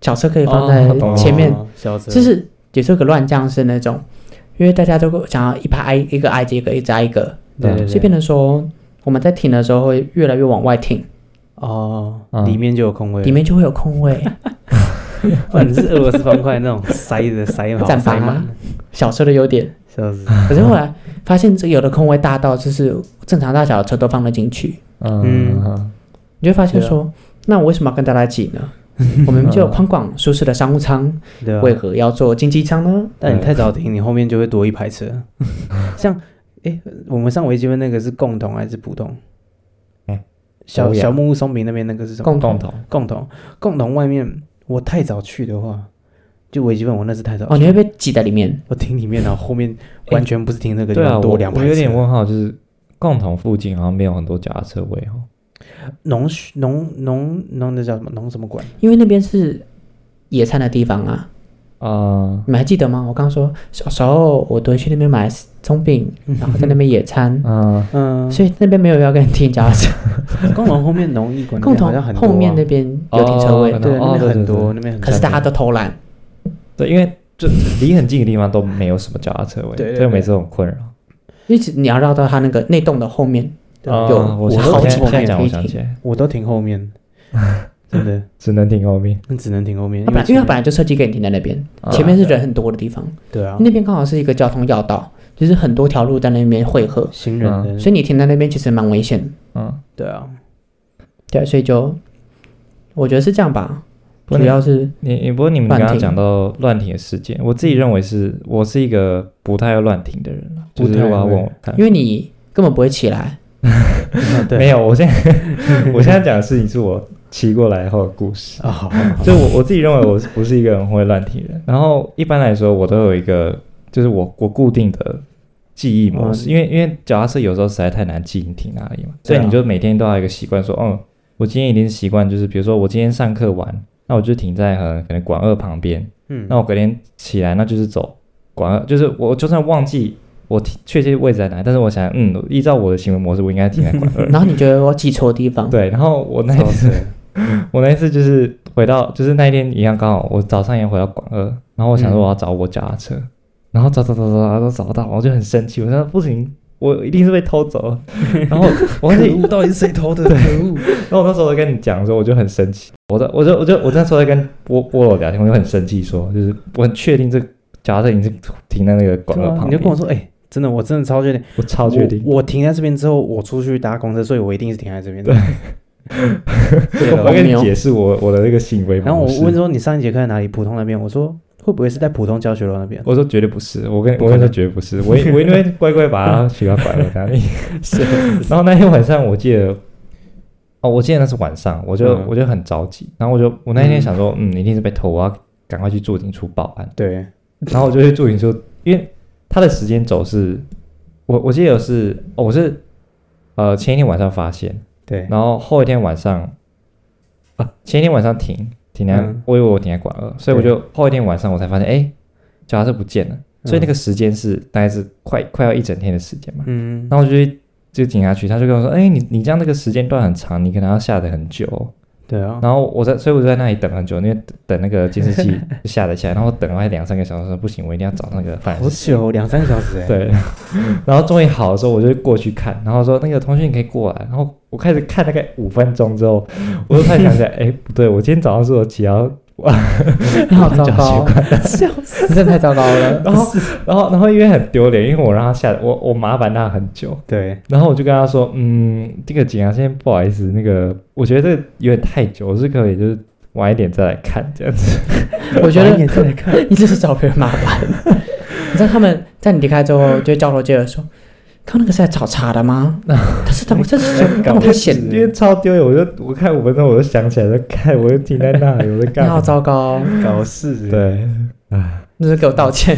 [SPEAKER 1] 小车可以放在
[SPEAKER 3] 哦懂了
[SPEAKER 1] 前面，
[SPEAKER 2] 哦小车，
[SPEAKER 1] 就是有时候有个乱象是那种，因为大家都想要一排挨一个挨着一个，一直挨一个，
[SPEAKER 2] 对对
[SPEAKER 1] 所以
[SPEAKER 2] 对
[SPEAKER 1] 变成说我们在停的时候会越来越往外停，
[SPEAKER 2] 哦，
[SPEAKER 3] 嗯
[SPEAKER 2] 里面就有空位，
[SPEAKER 1] 里面就会有空
[SPEAKER 2] [LAUGHS]
[SPEAKER 1] 位，
[SPEAKER 2] 反正是俄罗斯方块那种塞
[SPEAKER 1] [LAUGHS]
[SPEAKER 2] 的塞好
[SPEAKER 1] 占
[SPEAKER 2] 塞
[SPEAKER 1] 吧
[SPEAKER 2] 满，
[SPEAKER 1] 小车的优点。
[SPEAKER 2] 笑
[SPEAKER 1] [LAUGHS]
[SPEAKER 2] 死，
[SPEAKER 1] 可是后来发现，这有的空位大到就是正常大小的车都放得进去，
[SPEAKER 3] 嗯嗯
[SPEAKER 1] 你就会发现说，
[SPEAKER 2] 啊
[SPEAKER 1] 那我为什么要跟大家挤呢？我们就有宽广舒适的商务舱，
[SPEAKER 2] 对啊吧？
[SPEAKER 1] 为何要做经济舱呢？
[SPEAKER 2] 但你太早停，你后面就会多一排车。
[SPEAKER 1] 嗯
[SPEAKER 2] [LAUGHS] 像，哎、我们上微积分那个是共同还是普通？
[SPEAKER 3] 哎
[SPEAKER 2] 小
[SPEAKER 3] 欧亚
[SPEAKER 2] 小木屋松饼那边那个是什么？
[SPEAKER 1] 共
[SPEAKER 3] 共
[SPEAKER 1] 同
[SPEAKER 3] 同
[SPEAKER 2] 共同，共同外面，我太早去的话，就微积分我那是太早去
[SPEAKER 1] 哦，你会被挤在里面，
[SPEAKER 2] 我停里面，然后后面完全不是停那个，
[SPEAKER 3] 对啊，
[SPEAKER 2] 就
[SPEAKER 3] 我
[SPEAKER 2] 多两排
[SPEAKER 3] 我
[SPEAKER 2] 车。
[SPEAKER 3] 有点问号，就是共同附近好像没有很多脚踏车位哦。
[SPEAKER 2] 农学农农农那叫什么农什
[SPEAKER 1] [LAUGHS]
[SPEAKER 2] 么馆？
[SPEAKER 1] 因为那边是野餐的地方啊。
[SPEAKER 3] 啊，
[SPEAKER 1] 你们还记得吗？我刚说小时候我都会去那边买松饼，然后在那边野餐，
[SPEAKER 3] [LAUGHS] 嗯，
[SPEAKER 2] 嗯，
[SPEAKER 1] 所以那边没有要跟人
[SPEAKER 3] [LAUGHS]
[SPEAKER 1] 停脚踏车。
[SPEAKER 2] 呃共同后面农艺馆那
[SPEAKER 1] 共
[SPEAKER 2] 边
[SPEAKER 1] 同
[SPEAKER 2] 好像很多啊
[SPEAKER 1] 后面那边有停车位
[SPEAKER 3] 哦，
[SPEAKER 2] 对那
[SPEAKER 3] 对
[SPEAKER 2] 边
[SPEAKER 3] 对
[SPEAKER 2] 很
[SPEAKER 3] 对
[SPEAKER 2] 多，那边很
[SPEAKER 1] 可是大家都偷懒，
[SPEAKER 3] 对，因为就离很近的地方都没有什么脚踏车位，
[SPEAKER 2] 对对
[SPEAKER 3] 所以我
[SPEAKER 2] 对
[SPEAKER 3] 每次都很困扰。
[SPEAKER 1] 因为你要绕到它那个那栋的后面，
[SPEAKER 2] 对
[SPEAKER 3] 啊
[SPEAKER 1] 有
[SPEAKER 3] 我
[SPEAKER 1] 我
[SPEAKER 3] 想
[SPEAKER 1] 好
[SPEAKER 3] 现
[SPEAKER 1] 几
[SPEAKER 3] 在现
[SPEAKER 1] 排
[SPEAKER 3] 在讲，
[SPEAKER 1] 可
[SPEAKER 3] 我
[SPEAKER 1] 以
[SPEAKER 3] 想
[SPEAKER 1] 停
[SPEAKER 3] 起来，
[SPEAKER 2] 我都停
[SPEAKER 1] [LAUGHS]
[SPEAKER 2] 后面，真的，
[SPEAKER 3] 只能停后面。
[SPEAKER 2] 那只能停后面，
[SPEAKER 1] 它啊本来因为它
[SPEAKER 2] 前
[SPEAKER 1] 本来就设计给你停在那边，
[SPEAKER 3] 啊
[SPEAKER 1] 前面是人很多的地方，
[SPEAKER 2] 对啊，
[SPEAKER 1] 那边刚好是一个交通要道，就是很多条路在那边汇合，
[SPEAKER 2] 行人
[SPEAKER 3] 嗯
[SPEAKER 2] 的，
[SPEAKER 1] 所以你停在那边其实蛮危险的。
[SPEAKER 3] 嗯，
[SPEAKER 2] 对啊，
[SPEAKER 1] 对，所以就我觉得是这样吧，
[SPEAKER 3] 不
[SPEAKER 1] 主
[SPEAKER 3] 能
[SPEAKER 1] 要是
[SPEAKER 3] 你你不过你们
[SPEAKER 1] 乱
[SPEAKER 3] 刚刚
[SPEAKER 1] 停
[SPEAKER 3] 讲到乱停的事件，我自己认为是我是一个不太会乱停的人啦，啊
[SPEAKER 2] 不
[SPEAKER 3] 就是
[SPEAKER 2] 太
[SPEAKER 3] 我要
[SPEAKER 2] 会
[SPEAKER 3] 问我看
[SPEAKER 1] 因为你根本不会起来，
[SPEAKER 2] 啊对
[SPEAKER 3] 没有，我现在我现在讲的事情是我骑过来后的故事。
[SPEAKER 2] 啊，好，好好
[SPEAKER 3] 就我我自己认为我是不是一个很会乱听人，然后一般来说我都有一个就是我我固定的记忆模式，因为因为脚踏车有时候实在太难记你停哪里嘛，所
[SPEAKER 2] 嗯对啊
[SPEAKER 3] 以你就每天都要有一个习惯说，嗯，我今天一定是习惯就是比如说我今天上课晚，那我就停在呃可能广二旁边，
[SPEAKER 2] 嗯， [LAUGHS]
[SPEAKER 3] 那我隔天起来那就是走广二，就是我就算忘记我停确切位置在哪，但是我想嗯依照我的行为模式我应该停在广
[SPEAKER 2] [LAUGHS]
[SPEAKER 3] 二，
[SPEAKER 1] 然后你觉得我记错地方，
[SPEAKER 3] 对，然后我那一
[SPEAKER 2] 超
[SPEAKER 3] 次
[SPEAKER 2] 扯，
[SPEAKER 3] 我那一次就是回到，就是那一天一样，刚好我早上也回到广二，然后我想说我要找我脚踏车，然后找找找找找都找不到，我就很生气，我说不行，我一定是被偷走了。然后我忘记，
[SPEAKER 2] 可恶到底是谁偷的？
[SPEAKER 3] 对
[SPEAKER 2] 可恶！
[SPEAKER 3] 然后我那时候在跟你讲的时候，我就很生气，我在我就我就我那时候在跟波波友聊天，我就很生气说，就是我很确定这脚踏车已经是停在那个广
[SPEAKER 2] 对
[SPEAKER 3] 二
[SPEAKER 2] 啊
[SPEAKER 3] 旁
[SPEAKER 2] 你就
[SPEAKER 3] 边，
[SPEAKER 2] 跟我说，哎，真的，我真的超确定，
[SPEAKER 3] 我超确定，
[SPEAKER 2] 我我停在这边之后，我出去搭公车，所以我一定是停在这边。
[SPEAKER 3] 对
[SPEAKER 2] 对
[SPEAKER 3] 我
[SPEAKER 2] [LAUGHS] 了
[SPEAKER 1] 我
[SPEAKER 3] 跟你
[SPEAKER 1] 牛
[SPEAKER 3] 解释我我的那个行为
[SPEAKER 2] 然后
[SPEAKER 3] 模式。
[SPEAKER 2] 我问说你上一节课在哪里？浦东那边。我说会不会是在浦东教学楼那 [LAUGHS] 边？
[SPEAKER 3] 我说绝对不是，我跟
[SPEAKER 2] 不
[SPEAKER 3] 我
[SPEAKER 2] 可
[SPEAKER 3] 跟
[SPEAKER 2] 能
[SPEAKER 3] 他绝对不是，我一我一定会乖乖把他取到拐了哪里。然后那天晚上我记得，哦，我记得那是晚上，我就、
[SPEAKER 2] 嗯
[SPEAKER 3] 我就很着急，然后我就我那天
[SPEAKER 2] 嗯
[SPEAKER 3] 想说，嗯，一定是被偷，我要赶快去住警处报案。
[SPEAKER 2] 对，
[SPEAKER 3] 然后我就去住警处，因为他的时间轴是，我我记得是，哦，我是呃前一天晚上发现，
[SPEAKER 2] 对，
[SPEAKER 3] 然后后一天晚上，啊，前一天晚上停停在，
[SPEAKER 2] 嗯
[SPEAKER 3] 我以为我停在管二，所以我就后一天晚上我才发现，哎，脚踏车不见了。所以那个时间是大概是快快要一整天的时间嘛。
[SPEAKER 2] 嗯，
[SPEAKER 3] 然后我就去就停下去，他就跟我说：“哎、你你这样那个时间段很长，你可能要下载很久哦、
[SPEAKER 2] 对啊，
[SPEAKER 3] 然后我在，所以我就在那里等很久，因为等等那个监视 [LAUGHS] 器就下载起来，然后我等了快两三个小时，说不行，我一定要找那个犯
[SPEAKER 2] 好
[SPEAKER 3] 人。
[SPEAKER 2] 久，两三个小时哎。
[SPEAKER 3] 对，然后终于好的时候，我就过去看，然后说那个同学你可以过来，然后我开始看大概五分钟之后，我就突然想起来，哎、不对，我今天早上是我起到
[SPEAKER 1] 你好糟
[SPEAKER 3] 脚
[SPEAKER 1] 糕，
[SPEAKER 2] 笑
[SPEAKER 1] 你 [LAUGHS] 真的太糟糕了。
[SPEAKER 3] 然后然后然后因为很丢脸，因为我让他下，我我麻烦他很久，
[SPEAKER 2] 对，
[SPEAKER 3] 然后我就跟他说，嗯，这个警察先生不好意思，那个我觉得这个有点太久，我是可以就是晚一点再来看这样子。
[SPEAKER 1] 我
[SPEAKER 2] [LAUGHS]
[SPEAKER 1] 觉得
[SPEAKER 2] 也在看，
[SPEAKER 1] 你只是找别人麻
[SPEAKER 3] [LAUGHS]
[SPEAKER 1] 烦。你知道他们在你离开之后，就会交头接耳说：“刚那个是在找茬的
[SPEAKER 3] [LAUGHS]
[SPEAKER 1] 吗？”他是在我这是干嘛太闲
[SPEAKER 3] 因
[SPEAKER 1] 了，
[SPEAKER 3] 为超丢脸，我就我看五分钟我就想起来在看，我就停在那里，我在
[SPEAKER 1] 你 [LAUGHS]
[SPEAKER 3] 干
[SPEAKER 1] 好
[SPEAKER 3] 嘛？
[SPEAKER 1] 糟糕，
[SPEAKER 2] 搞事。，欸
[SPEAKER 3] 对，
[SPEAKER 1] 那是给我道歉。，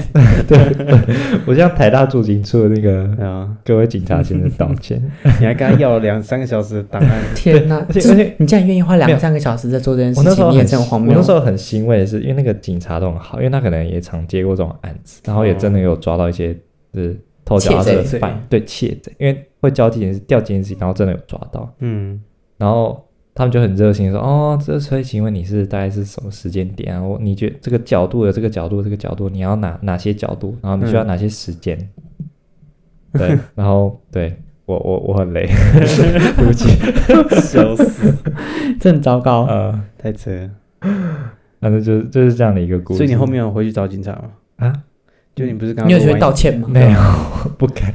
[SPEAKER 3] [LAUGHS] 我向台大驻警处的那个
[SPEAKER 2] 啊，
[SPEAKER 3] 各位警察先生道歉。
[SPEAKER 2] 你还跟他要了两三个小时的档案
[SPEAKER 1] 天哪，
[SPEAKER 3] 而且
[SPEAKER 1] 这
[SPEAKER 3] 而且
[SPEAKER 1] 你竟然愿意花
[SPEAKER 3] 没
[SPEAKER 1] 两
[SPEAKER 3] 有
[SPEAKER 1] 三个小时在做这件
[SPEAKER 3] 我
[SPEAKER 1] 事
[SPEAKER 3] 那时
[SPEAKER 1] 情，
[SPEAKER 3] 候
[SPEAKER 1] 你也
[SPEAKER 3] 很
[SPEAKER 1] 真荒
[SPEAKER 3] 我
[SPEAKER 1] 谬
[SPEAKER 3] 那时。候很欣慰的是，因为那个警察都很好，因为他可能也常接过这种案子，然后
[SPEAKER 1] 哦
[SPEAKER 3] 也真的有抓到一些就是偷脚踏车的
[SPEAKER 2] 窃贼
[SPEAKER 3] 犯，对窃贼，因为会交警调监视器，然后真的有抓到。
[SPEAKER 2] 嗯，
[SPEAKER 3] 然后他们就很热心地说：“哦，这所以请问你是大概是什么时间点啊？我你觉得这个角度的这个角度这个角度，你要哪哪些角度？然后你需要
[SPEAKER 2] 嗯
[SPEAKER 3] 哪些时间？对，然后对我我我很累，对不起，
[SPEAKER 2] [LAUGHS] 笑死，
[SPEAKER 1] 真的糟糕。
[SPEAKER 3] [LAUGHS] 呃，
[SPEAKER 2] 太扯了。
[SPEAKER 3] 反正就是就是这样的一个故事。
[SPEAKER 2] 所以你后面有回去找警察吗？
[SPEAKER 3] 啊，
[SPEAKER 2] 就你不是刚刚
[SPEAKER 1] 你有
[SPEAKER 2] 录
[SPEAKER 1] 觉得
[SPEAKER 2] 完
[SPEAKER 1] 道歉吗？
[SPEAKER 3] 没有 [LAUGHS] 不敢，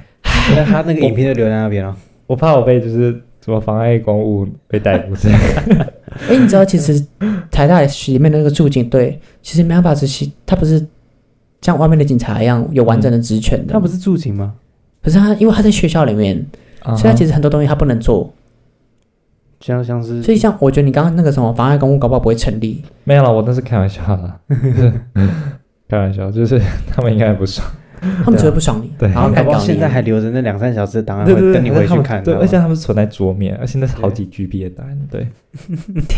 [SPEAKER 2] 那他那个影片就留在那边了。
[SPEAKER 3] 我怕我被就是什么妨碍公务被逮捕之类的。
[SPEAKER 1] 哎，你知道其实台大里面那个驻警队其实没办法执行，他不是像外面的警察一样有完整的职权的。
[SPEAKER 2] 他不，是驻警吗？
[SPEAKER 1] 可是他因为他在学校里面，
[SPEAKER 2] 嗯
[SPEAKER 1] 所以他其
[SPEAKER 3] 实
[SPEAKER 1] 实很多东西他不能做。
[SPEAKER 2] 像像是
[SPEAKER 1] 所以像我觉得你刚刚那个什么妨碍公务，搞不好不会成立。
[SPEAKER 3] 没有了，我那是开玩笑的， [LAUGHS] 就是开玩笑，就是他们应该不爽。
[SPEAKER 2] 嗯
[SPEAKER 1] 他们只会不爽你，
[SPEAKER 3] 对
[SPEAKER 1] 然后
[SPEAKER 2] 搞
[SPEAKER 1] 干
[SPEAKER 2] 不
[SPEAKER 1] 掉
[SPEAKER 2] 好
[SPEAKER 1] 你。
[SPEAKER 2] 现在还留着那两三小时的档案，
[SPEAKER 3] 对
[SPEAKER 2] 会
[SPEAKER 3] 对对，
[SPEAKER 2] 等你回去看。
[SPEAKER 3] 对，
[SPEAKER 2] 你
[SPEAKER 3] 而
[SPEAKER 2] 知
[SPEAKER 3] 且
[SPEAKER 2] 道吗
[SPEAKER 3] 他们存在桌面，而且那是好几 GB 的档案，对，
[SPEAKER 2] 你说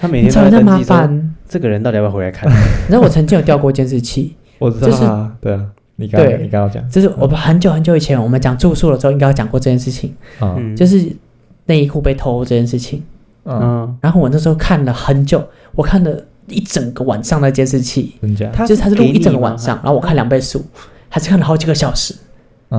[SPEAKER 2] 他每
[SPEAKER 1] 你
[SPEAKER 2] 天
[SPEAKER 1] 找
[SPEAKER 2] 啊
[SPEAKER 1] 人家
[SPEAKER 2] 都在登
[SPEAKER 1] 麻
[SPEAKER 2] 记
[SPEAKER 1] 烦
[SPEAKER 2] 说，。这个人到底要不要回来看？
[SPEAKER 1] 你知道我曾经有调过监视器，
[SPEAKER 3] 我知道啊，对啊，你刚
[SPEAKER 1] 对
[SPEAKER 3] 你刚刚讲
[SPEAKER 1] 就是我们很久很久以前我们讲住宿的时候，应该有讲过这件事情，
[SPEAKER 3] 啊，
[SPEAKER 2] 嗯，
[SPEAKER 1] 就是内衣裤被偷这件事情。
[SPEAKER 3] 嗯，
[SPEAKER 2] 嗯，
[SPEAKER 1] 然后我那时候看了很久，我看了一整个晚上的监视器，
[SPEAKER 3] 真假？
[SPEAKER 2] 他
[SPEAKER 1] 就是他是录
[SPEAKER 2] 给你
[SPEAKER 1] 一整个
[SPEAKER 2] 吗
[SPEAKER 1] 晚上，然后我看两倍速，还是看了好几个小时。
[SPEAKER 3] 嗯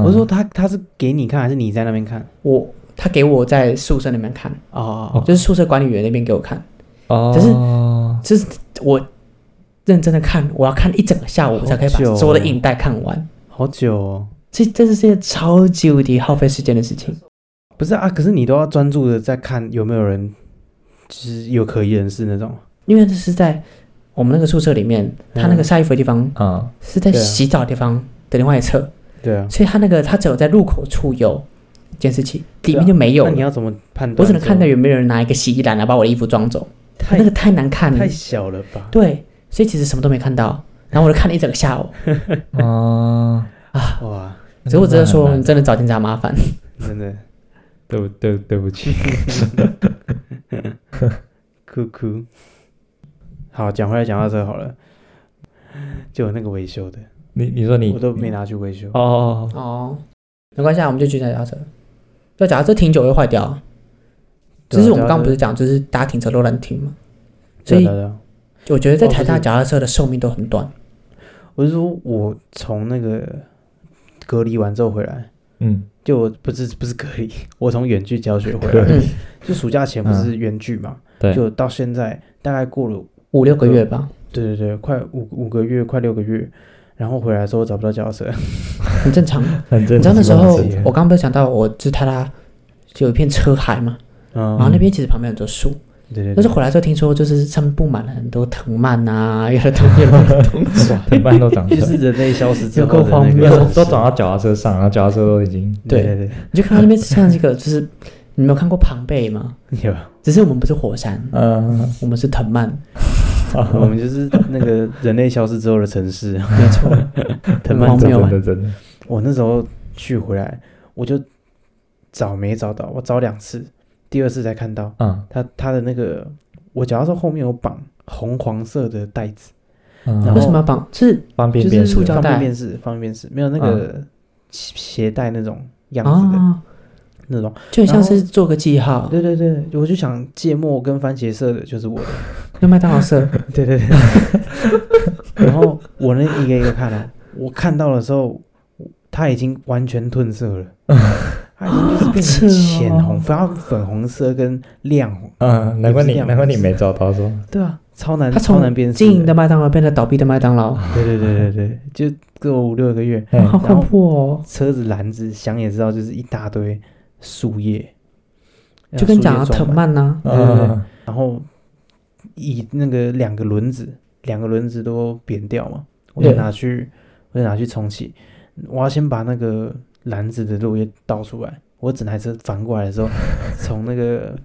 [SPEAKER 2] 我是说他他是给你看还是你在那边看？
[SPEAKER 1] 我他给我在宿舍里面看，
[SPEAKER 2] 哦，
[SPEAKER 1] 就是宿舍管理员那边给我看，
[SPEAKER 3] 哦，
[SPEAKER 1] 只是我认真的看，我要看一整个下午，我才可以把
[SPEAKER 2] 好久哦
[SPEAKER 1] 所有的影带看完。
[SPEAKER 2] 好久哦，
[SPEAKER 1] 所以这是件超级无敌耗费时间的事情。
[SPEAKER 2] 不是啊，可是你都要专注的在看有没有人，就是有可疑人士那种。
[SPEAKER 1] 因为这是在我们那个宿舍里面，
[SPEAKER 2] 嗯
[SPEAKER 1] 他那个晒衣服的地方
[SPEAKER 3] 啊，
[SPEAKER 1] 是在
[SPEAKER 2] 对啊
[SPEAKER 1] 洗澡的地方的另外一侧，
[SPEAKER 2] 对啊，
[SPEAKER 1] 所以他那个他只有在入口处有监视器，里
[SPEAKER 2] 对啊
[SPEAKER 1] 面就没有
[SPEAKER 2] 那你
[SPEAKER 1] 了。
[SPEAKER 2] 要怎么判断？
[SPEAKER 1] 我只能看到有没有人拿一个洗衣篮来把我的衣服装走，
[SPEAKER 2] 太
[SPEAKER 1] 那个太难看了
[SPEAKER 2] 太。小了吧？
[SPEAKER 1] 对，所以其实什么都没看到，然后我就看了一整个下午。
[SPEAKER 3] 啊，
[SPEAKER 2] 哇，
[SPEAKER 1] 所以我只能
[SPEAKER 3] 真的很
[SPEAKER 1] 说，
[SPEAKER 3] 难
[SPEAKER 1] 你真的找警察麻烦。
[SPEAKER 2] 真的
[SPEAKER 3] 对不对？对不起，
[SPEAKER 2] 哭哭。好，讲回来讲到这好了，就有那个维修的，
[SPEAKER 3] 你你说你
[SPEAKER 2] 我都没拿去维修。
[SPEAKER 3] 哦，
[SPEAKER 1] 哦，没关系，啊，我们就去踩脚踏车。对，脚踏车停久会坏掉啊。
[SPEAKER 2] 对啊
[SPEAKER 1] 只是我们刚刚
[SPEAKER 2] 脚踏车
[SPEAKER 1] 不是讲，就是大家停车都乱停嘛。所
[SPEAKER 2] 对啊
[SPEAKER 1] 以
[SPEAKER 2] 对啊对啊
[SPEAKER 1] 我觉得在
[SPEAKER 2] 哦
[SPEAKER 1] 台
[SPEAKER 2] 不
[SPEAKER 1] 大
[SPEAKER 2] 是
[SPEAKER 1] 脚踏车的寿命都很短。
[SPEAKER 2] 我是说我从那个隔离完之后回来，
[SPEAKER 3] 嗯，
[SPEAKER 2] 就我不是不是隔离， [LAUGHS] 我从远距教学回
[SPEAKER 3] 隔
[SPEAKER 2] 来
[SPEAKER 1] 嗯，，
[SPEAKER 2] 就暑假前不是远距嘛，
[SPEAKER 3] 对，
[SPEAKER 2] 就到现在大概过了，
[SPEAKER 1] 五六个月吧。
[SPEAKER 2] 对对对，快五五个月，快六个月，然后回来之后找不到脚踏车，
[SPEAKER 1] [LAUGHS] 很正
[SPEAKER 2] [LAUGHS]
[SPEAKER 1] 常。
[SPEAKER 3] 很正
[SPEAKER 1] 你知道那时候
[SPEAKER 2] 很正常
[SPEAKER 1] 我刚刚不是讲到，我就是他拉有一片车海嘛，
[SPEAKER 2] 嗯，
[SPEAKER 1] 然啊后那边其实旁边有很多树，
[SPEAKER 2] 对对
[SPEAKER 1] 但是
[SPEAKER 2] 对，
[SPEAKER 1] 回来之后听说就是上面布满了很多藤蔓啊，有的东西有
[SPEAKER 2] [LAUGHS]
[SPEAKER 1] 的东西，
[SPEAKER 3] 一般都长出
[SPEAKER 2] 就
[SPEAKER 3] 来
[SPEAKER 2] 是人类消失之
[SPEAKER 1] 有
[SPEAKER 2] 后
[SPEAKER 1] 够
[SPEAKER 2] 的
[SPEAKER 1] 荒
[SPEAKER 2] 那
[SPEAKER 1] 谬
[SPEAKER 2] 个
[SPEAKER 3] 都
[SPEAKER 2] 城市
[SPEAKER 3] 都长到脚踏车上，然后脚踏车都已经
[SPEAKER 2] 对对对，
[SPEAKER 1] 你就看到那边像这个，就是你没有看过庞贝吗？
[SPEAKER 2] 有，
[SPEAKER 1] 只是我们不是火山，
[SPEAKER 3] 嗯，
[SPEAKER 1] 我们是藤蔓，
[SPEAKER 2] [LAUGHS] 我们就是那个人类消失之后的城
[SPEAKER 1] [LAUGHS]
[SPEAKER 2] 市，
[SPEAKER 1] 没
[SPEAKER 2] [LAUGHS]
[SPEAKER 1] 错，很
[SPEAKER 2] 藤蔓
[SPEAKER 1] 荒
[SPEAKER 3] 真
[SPEAKER 1] 谬啊
[SPEAKER 3] 的。真的，
[SPEAKER 2] 我那时候去回来，我就找没找到，我找两次，第二次才看到
[SPEAKER 3] 嗯
[SPEAKER 2] 他他的那个，我脚踏车后面有绑红黄色的带子，然
[SPEAKER 1] 为
[SPEAKER 2] 后
[SPEAKER 1] 什么要绑？是
[SPEAKER 3] 方便
[SPEAKER 2] 就
[SPEAKER 3] 便
[SPEAKER 2] 是
[SPEAKER 3] 是
[SPEAKER 1] 塑胶
[SPEAKER 2] 方
[SPEAKER 1] 袋嗯
[SPEAKER 2] 便便是方便便是没有那个鞋鞋带那种样子的、
[SPEAKER 1] 啊，
[SPEAKER 2] 那种，
[SPEAKER 1] 就很像是做个记号，
[SPEAKER 2] 对对对，我就想芥末跟番茄色的就是我的，
[SPEAKER 1] 用麦当劳
[SPEAKER 2] [LAUGHS]
[SPEAKER 1] 色，
[SPEAKER 2] 对对对， [LAUGHS] 然后我那一个一个看啊，我看到的时候，它已经完全
[SPEAKER 1] [LAUGHS]
[SPEAKER 2] 褪色了，它已经就是变成浅红，反正粉红色跟亮红，
[SPEAKER 3] 嗯，难怪
[SPEAKER 2] 也不是
[SPEAKER 3] 你
[SPEAKER 2] 这样
[SPEAKER 3] 难怪你没找到说，
[SPEAKER 2] 对啊，超难，
[SPEAKER 1] 它
[SPEAKER 2] 超难
[SPEAKER 1] 从
[SPEAKER 2] 辨识
[SPEAKER 1] 经营的，麦当劳变成倒闭的麦当劳，
[SPEAKER 2] 对对对对对，就过五六个月，
[SPEAKER 3] 嗯
[SPEAKER 1] 好恐怖哦！
[SPEAKER 2] 车子篮子想也知道就是一大堆树叶，呃
[SPEAKER 1] 就跟讲的啊
[SPEAKER 2] 树叶装
[SPEAKER 1] 藤
[SPEAKER 2] 满
[SPEAKER 1] 蔓呢，
[SPEAKER 2] 对对对
[SPEAKER 3] 嗯
[SPEAKER 2] 然后以那个两个轮子，两个轮子都扁掉嘛，我就
[SPEAKER 1] 对
[SPEAKER 2] 拿去，我就拿去重启。我要先把那个篮子的落叶倒出来。我整台车反过来的时候，从那个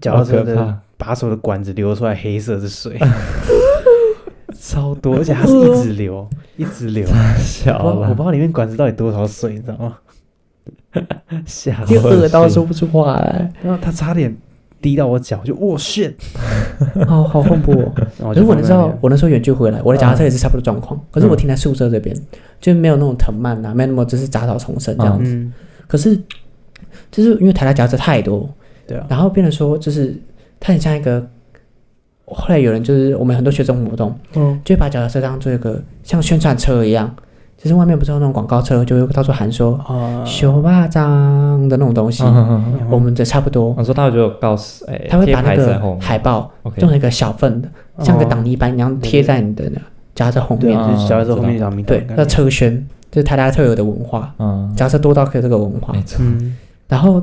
[SPEAKER 2] 脚踏车
[SPEAKER 3] 好可
[SPEAKER 2] 的
[SPEAKER 3] [LAUGHS] 怕
[SPEAKER 2] 把手的管子流出来黑色的水，超多，而且它是一直流，一直
[SPEAKER 3] [LAUGHS]
[SPEAKER 2] 流。
[SPEAKER 3] 小
[SPEAKER 2] 我不知道我不
[SPEAKER 3] 了
[SPEAKER 2] 知，道里面管子到底多少水，你知道吗？吓死
[SPEAKER 1] 就
[SPEAKER 2] [LAUGHS] 我！
[SPEAKER 1] 饿到说不出话来，
[SPEAKER 2] 然后它差点滴到我脚，我就我 shit！
[SPEAKER 1] 好好恐怖哦！
[SPEAKER 2] 然 [LAUGHS] 后
[SPEAKER 1] 可
[SPEAKER 2] 我就是
[SPEAKER 1] 我
[SPEAKER 2] 放
[SPEAKER 1] 那
[SPEAKER 2] 在
[SPEAKER 1] 时
[SPEAKER 2] 那
[SPEAKER 1] 候
[SPEAKER 2] 边，嗯
[SPEAKER 1] 我那时候远距回来，我的脚踏车也是差不多状况，可是我停在宿舍这边，就没有那种藤蔓啊，没有那么就是杂草丛生这样子。
[SPEAKER 2] 嗯，
[SPEAKER 1] 可是就是因为台大脚踏车太多，
[SPEAKER 2] 对啊，
[SPEAKER 1] 然后变成说就是它很像一个。后来有人就是我们很多学生活动，
[SPEAKER 2] 嗯，
[SPEAKER 1] 就会把脚踏车当做一个像宣传车一样，就是外面不是有那种广告车，就会到处喊说
[SPEAKER 2] 啊
[SPEAKER 1] “修巴掌”的那种东西。
[SPEAKER 3] 嗯嗯嗯
[SPEAKER 1] 我们的差不多，
[SPEAKER 3] 我说他就告示，哎，
[SPEAKER 1] 他会
[SPEAKER 3] 贴
[SPEAKER 1] 把那
[SPEAKER 3] 牌子在
[SPEAKER 1] 个
[SPEAKER 3] 后面哦
[SPEAKER 1] 海报
[SPEAKER 3] ，OK，
[SPEAKER 1] 用一个小份的，像个挡泥板一样
[SPEAKER 2] 对
[SPEAKER 1] 贴在你的那夹在后
[SPEAKER 2] 哦对
[SPEAKER 1] 面。
[SPEAKER 2] 啊，就是小的时候后面
[SPEAKER 3] 知
[SPEAKER 2] 有小明
[SPEAKER 1] 对，那车轩就是台大特有的文化，
[SPEAKER 3] 嗯，
[SPEAKER 1] 夹车多到可以有这个文化
[SPEAKER 3] 没。
[SPEAKER 2] [LAUGHS]
[SPEAKER 3] 错，
[SPEAKER 2] 嗯，
[SPEAKER 1] 然后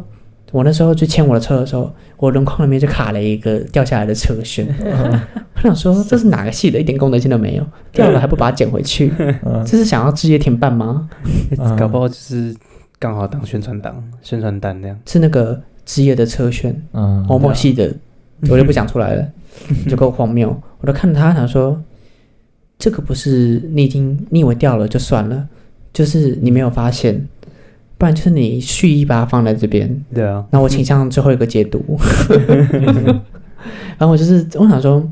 [SPEAKER 1] 我那时候去牵我的车的时候，我轮框里面就卡了一个掉下来的车轩，我想说这是哪个系的，一点功能性都没有，掉了还不把它捡回去，
[SPEAKER 3] 嗯
[SPEAKER 1] 这是想要置业停办吗？
[SPEAKER 3] 嗯
[SPEAKER 2] 搞不好就是刚好当宣传档、宣传单那样。
[SPEAKER 1] 是那个置业的车轩，
[SPEAKER 3] 嗯，
[SPEAKER 1] 某某系的，我就不讲出来了，就够荒谬。我都看着他想说，这个不是你已经你以为掉了就算了，就是你没有发现，不然就是你蓄意把它放在这边。
[SPEAKER 2] 对啊，
[SPEAKER 1] 那我倾向最后一个解读， [LAUGHS] 然后我就是我想说，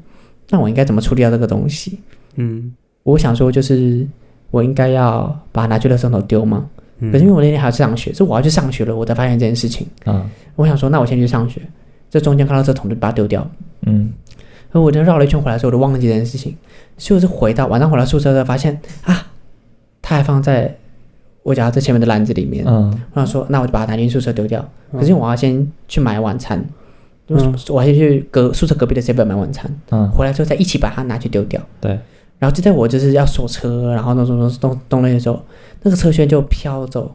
[SPEAKER 1] 那我应该怎么处理掉这个东西？
[SPEAKER 2] 嗯，
[SPEAKER 1] 我想说就是我应该要把它拿去垃圾桶丢吗？
[SPEAKER 2] 嗯
[SPEAKER 1] 可是因为我那天还要去上学，是我要去上学了，我才发现这件事情。
[SPEAKER 3] 嗯
[SPEAKER 1] 我想说，那我先去上学，这中间看到这桶就把它丢掉了。
[SPEAKER 3] 嗯，
[SPEAKER 1] 所以我就绕了一圈回来的时候，我就忘记这件事情。所以我是回到晚上回到宿舍的时候，发现啊，它还放在我脚踏车前面的篮子里面。
[SPEAKER 3] 嗯
[SPEAKER 1] 我想说，那我就把它拿进宿舍丢掉。
[SPEAKER 2] 嗯
[SPEAKER 1] 可是因为我要先去买晚餐，因为
[SPEAKER 2] 嗯
[SPEAKER 1] 我还先去隔宿舍隔壁的 seven 买晚餐，
[SPEAKER 3] 嗯，
[SPEAKER 1] 回来之后再一起把它拿去丢掉。
[SPEAKER 3] 对，
[SPEAKER 1] 然后就在我就是要锁车，然后弄弄弄弄弄那些时候，那个车圈就飘走，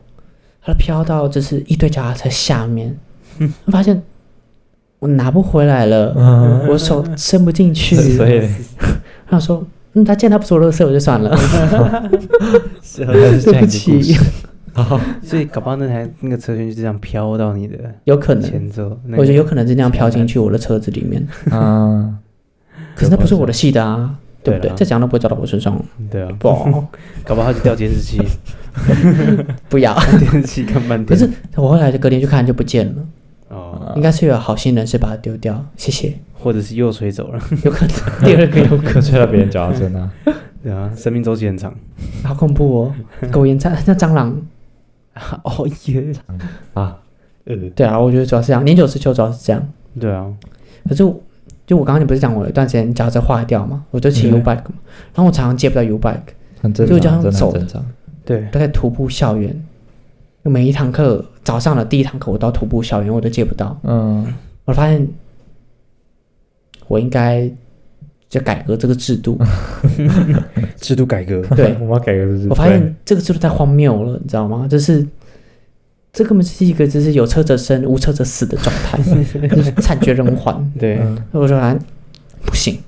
[SPEAKER 1] 它飘到就是一堆脚踏车下面，我发现我拿不回来了，我手伸不进去。
[SPEAKER 3] [LAUGHS] 所以
[SPEAKER 1] 我想说，嗯，他既然他不是我垃圾，我就算了。
[SPEAKER 2] 啊
[SPEAKER 3] 这样一个
[SPEAKER 1] 对不起啊
[SPEAKER 3] 故事
[SPEAKER 2] 所以搞不好那台那个车圈就这样飘到你的
[SPEAKER 1] 有可能，
[SPEAKER 2] 前奏。那
[SPEAKER 1] 我觉得有
[SPEAKER 2] 个
[SPEAKER 1] 可能是那样飘进去我的车子里面。
[SPEAKER 3] 啊，
[SPEAKER 1] 可是那不是我的系的啊，对不对？
[SPEAKER 2] 对啦
[SPEAKER 1] 再讲都不会找到我身上。[LAUGHS]
[SPEAKER 2] 对啊， [LAUGHS]
[SPEAKER 1] 不，
[SPEAKER 2] 搞不好就掉监视
[SPEAKER 1] [LAUGHS]
[SPEAKER 2] 器，
[SPEAKER 1] 不要。
[SPEAKER 2] 监视器看半天。
[SPEAKER 1] 可是我后来就隔天去看就不见了，
[SPEAKER 2] 哦，
[SPEAKER 1] 应该是有好心人是把它丢掉，谢谢。
[SPEAKER 2] 或者是又吹走了，
[SPEAKER 1] 有可能第二个有可
[SPEAKER 3] 可吹到别人脚踏车呢？
[SPEAKER 2] 对啊，生命周期
[SPEAKER 1] [LAUGHS]
[SPEAKER 2] 很长。
[SPEAKER 1] 能， [LAUGHS] 好恐怖哦！苟延残那蟑螂，
[SPEAKER 2] 哦耶，
[SPEAKER 3] 啊，
[SPEAKER 2] 呃，
[SPEAKER 1] 对啊，我觉得主要是这样，年久失修主要是这样。
[SPEAKER 2] 对啊，
[SPEAKER 1] 可是我就我刚刚你不是讲我有一段时间脚踏车坏掉嘛，我就骑 U
[SPEAKER 2] 嗯
[SPEAKER 1] bike 嘛，然后我常常接不到 U bike，
[SPEAKER 3] 很正
[SPEAKER 1] 就这
[SPEAKER 3] 常，
[SPEAKER 1] 样
[SPEAKER 3] 真的
[SPEAKER 1] 走
[SPEAKER 3] 很
[SPEAKER 1] 的
[SPEAKER 3] 正常。
[SPEAKER 2] 对，
[SPEAKER 1] 大概徒步校园，每一堂课早上的第一堂课我到徒步校园我都接不到，
[SPEAKER 3] 嗯，
[SPEAKER 1] 我发现我应该就改革这个制 [LAUGHS] 度，
[SPEAKER 2] 制度
[SPEAKER 1] [LAUGHS]
[SPEAKER 2] 改革，
[SPEAKER 1] 对，
[SPEAKER 3] 我们要改个就是，
[SPEAKER 1] 我发现这个制度太荒谬了，你知道吗？就是这根本是一个就是有车者生，无车者死的状态，就是惨绝人寰。
[SPEAKER 2] 对，
[SPEAKER 1] 我说啊，不行，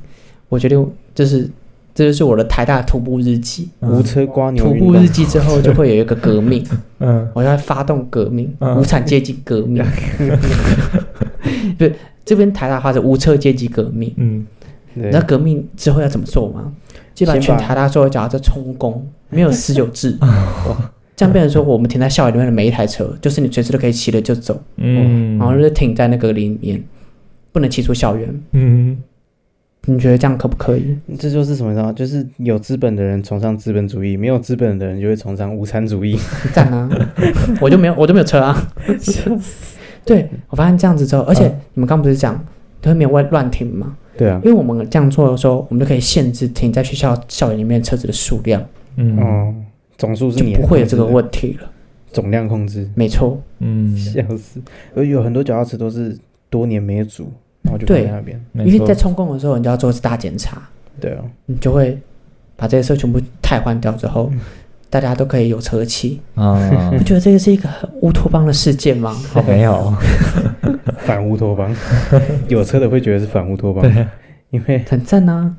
[SPEAKER 1] 我决定就是这就是我的台大徒步日记。
[SPEAKER 2] 无车刮牛
[SPEAKER 1] 嗯徒
[SPEAKER 2] 运
[SPEAKER 1] 步
[SPEAKER 2] 动
[SPEAKER 1] 日，记之后就会有一个革命，
[SPEAKER 3] 嗯
[SPEAKER 1] 我要发动革命，
[SPEAKER 3] 嗯
[SPEAKER 1] 无产阶级革命。 [LAUGHS] 对，这边台大话是无车阶级革命。
[SPEAKER 3] 嗯
[SPEAKER 2] 对
[SPEAKER 1] 你知道革命之后要怎么做吗？就把
[SPEAKER 2] 先
[SPEAKER 1] 全
[SPEAKER 2] 把
[SPEAKER 1] 台大所有脚踏车充公，没有私有
[SPEAKER 2] [LAUGHS]
[SPEAKER 1] 制，这样变成说我们停在校园里面的每一台车，就是你随时都可以骑了就走，
[SPEAKER 3] 嗯，
[SPEAKER 1] 然后就停在那个里面，不能骑出校园。
[SPEAKER 3] 嗯，
[SPEAKER 1] 你觉得这样可不可以？
[SPEAKER 2] 这就是什么呢？就是有资本的人崇尚资本主义，没有资本的人就会崇尚无
[SPEAKER 1] [LAUGHS]
[SPEAKER 2] 产主义。
[SPEAKER 1] 赞
[SPEAKER 2] [LAUGHS]
[SPEAKER 1] 啊！我就没有，我就没有车啊。对，我发现这样子之
[SPEAKER 2] 嗯
[SPEAKER 1] 后，而且你们刚不是讲都没有乱乱停吗？
[SPEAKER 2] 对啊，
[SPEAKER 1] 因为我们这样做的时候，我们就可以限制停在学校校园里面车子的数量，
[SPEAKER 3] 嗯
[SPEAKER 2] 哦，总数是
[SPEAKER 1] 就
[SPEAKER 2] 你
[SPEAKER 1] 不会有这个
[SPEAKER 2] 控制的
[SPEAKER 1] 问题了。
[SPEAKER 2] 总量控制，
[SPEAKER 1] 没错，
[SPEAKER 3] 嗯，
[SPEAKER 2] 笑死！而有很多脚踏车都是多年没煮，然后就放
[SPEAKER 1] 对
[SPEAKER 2] 在那边。
[SPEAKER 3] 没
[SPEAKER 1] 因为
[SPEAKER 3] 错
[SPEAKER 1] 在充公的时候，你就要做大检查，
[SPEAKER 2] 对啊，
[SPEAKER 1] 你就会把这些车全部汰换掉之后，大家都可以有车骑。
[SPEAKER 3] 啊
[SPEAKER 1] 我，觉得这个是一个很乌托邦的世界吗？
[SPEAKER 3] 好美好，
[SPEAKER 2] 反乌托
[SPEAKER 1] [LAUGHS]
[SPEAKER 2] 邦，有车的会觉得是反乌托邦，因为
[SPEAKER 1] 很赞啊！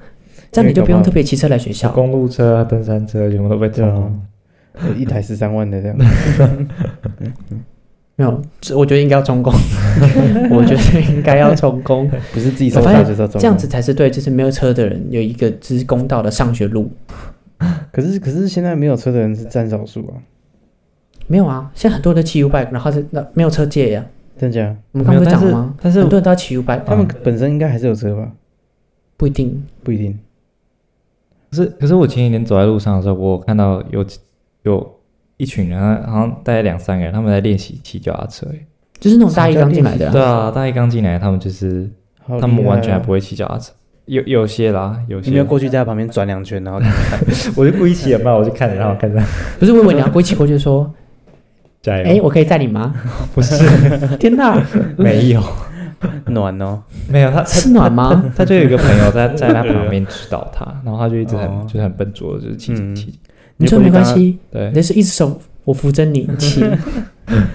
[SPEAKER 1] 这样你就不用特别骑车来学校。
[SPEAKER 3] 公路车啊、登山车全部都被
[SPEAKER 2] 对
[SPEAKER 3] 占
[SPEAKER 2] 啊
[SPEAKER 3] 了。
[SPEAKER 2] 有一台十三万的这样，
[SPEAKER 1] 没有，这我觉得应该要充公，我觉得应该要充公，
[SPEAKER 2] 不是自己
[SPEAKER 1] 我
[SPEAKER 2] 收
[SPEAKER 1] 发
[SPEAKER 2] 费
[SPEAKER 1] 现
[SPEAKER 2] 就是要
[SPEAKER 1] 这
[SPEAKER 2] 中
[SPEAKER 1] 样子。才是对，就是没有车的人有一个就是公道的上学路。
[SPEAKER 2] 可是可是现在没有车的人是占少数啊，
[SPEAKER 1] 没有啊，现在很多人都骑 U bike，然后是那没有车借呀。
[SPEAKER 2] 真假？
[SPEAKER 1] 我们刚不是讲了吗？
[SPEAKER 3] 但是
[SPEAKER 1] 很多人都要骑 U bike，嗯
[SPEAKER 2] 他们本身应该还是有车吧？
[SPEAKER 1] 不一定。
[SPEAKER 2] 不一定。
[SPEAKER 3] 可是可是我前几天走在路上的时候，我有看到有有一群人，好像大概两三个人，他们在练习骑脚踏车。欸
[SPEAKER 1] 就是那种大一刚进来的、
[SPEAKER 3] 对啊，大一刚进来，他们就是
[SPEAKER 2] 好
[SPEAKER 3] 他们
[SPEAKER 2] 厉害
[SPEAKER 3] 完全还
[SPEAKER 2] 啊
[SPEAKER 3] 不会骑脚踏车。有有些啦，有
[SPEAKER 2] 你没
[SPEAKER 3] 些
[SPEAKER 2] 有过去在他旁边转两圈，
[SPEAKER 3] [LAUGHS]
[SPEAKER 2] 然后
[SPEAKER 3] 我就故意骑也慢，我就看着，然后看着
[SPEAKER 1] 不是问问你要过去过去说，
[SPEAKER 3] 加
[SPEAKER 1] 哎、我可以载你吗？ [LAUGHS]
[SPEAKER 3] 不是
[SPEAKER 1] 天
[SPEAKER 3] [LAUGHS]
[SPEAKER 1] 哪，
[SPEAKER 3] 没有
[SPEAKER 2] 暖哦，
[SPEAKER 3] 没有他他
[SPEAKER 1] 是暖吗？
[SPEAKER 3] 他就有一个朋友在在他旁边指导 [LAUGHS] 他，然后他就一直很
[SPEAKER 2] 哦
[SPEAKER 3] 就是很笨拙，就是骑骑
[SPEAKER 2] 嗯
[SPEAKER 3] 骑，
[SPEAKER 1] 你说
[SPEAKER 2] 就过
[SPEAKER 1] 没
[SPEAKER 2] 去
[SPEAKER 1] 关
[SPEAKER 2] 跟他，
[SPEAKER 1] 系，
[SPEAKER 3] 对
[SPEAKER 1] 你，就是一只手我扶着你
[SPEAKER 3] [LAUGHS]
[SPEAKER 1] 骑，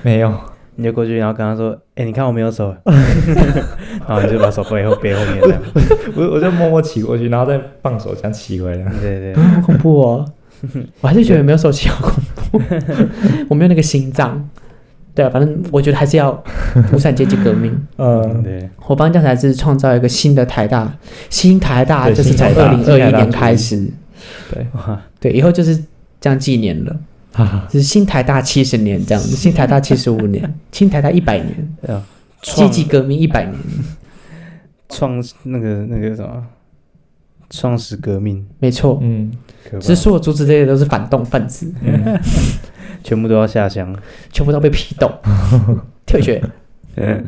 [SPEAKER 3] 没有
[SPEAKER 2] 你就过去，然后跟他说：“哎，你看我没有
[SPEAKER 3] [LAUGHS]
[SPEAKER 2] 手。” [LAUGHS] 然后你就把手背后背后面这样。
[SPEAKER 3] 我我就默默骑过去，然后再放手这样骑回来。
[SPEAKER 2] 对对
[SPEAKER 1] 啊，好恐怖
[SPEAKER 3] [LAUGHS]
[SPEAKER 1] 哦！我还是觉得没有手机好恐怖，我没有那个心脏。对啊，反正我觉得还是
[SPEAKER 3] [LAUGHS]
[SPEAKER 1] 要无产阶级革命。
[SPEAKER 2] 对，
[SPEAKER 3] 嗯，
[SPEAKER 2] 对，
[SPEAKER 1] 我帮江才是创造一个新的台大，新台大
[SPEAKER 3] 对
[SPEAKER 1] 就是从
[SPEAKER 3] 新台
[SPEAKER 1] 二
[SPEAKER 3] 大
[SPEAKER 1] 零二
[SPEAKER 3] 新
[SPEAKER 1] 一
[SPEAKER 3] 台大
[SPEAKER 1] 年开始，
[SPEAKER 3] 对，
[SPEAKER 2] 哇，
[SPEAKER 1] 对，以后就是这样纪念了，
[SPEAKER 3] 哈哈，
[SPEAKER 1] 就是新台大七十年这
[SPEAKER 3] [LAUGHS]
[SPEAKER 1] 样子，新台大七十五年，新台大一百年，
[SPEAKER 2] 哎呀
[SPEAKER 1] 阶级革命一百年，
[SPEAKER 2] 创那个那个什么，创始革命，
[SPEAKER 1] 没错。
[SPEAKER 3] 嗯，
[SPEAKER 2] 可
[SPEAKER 1] 只是
[SPEAKER 2] 怕，
[SPEAKER 1] 所有阻止这些都是反动分子，
[SPEAKER 2] 全部都要下乡。
[SPEAKER 1] 全部都被批 [LAUGHS] 斗、退学。
[SPEAKER 2] 嗯，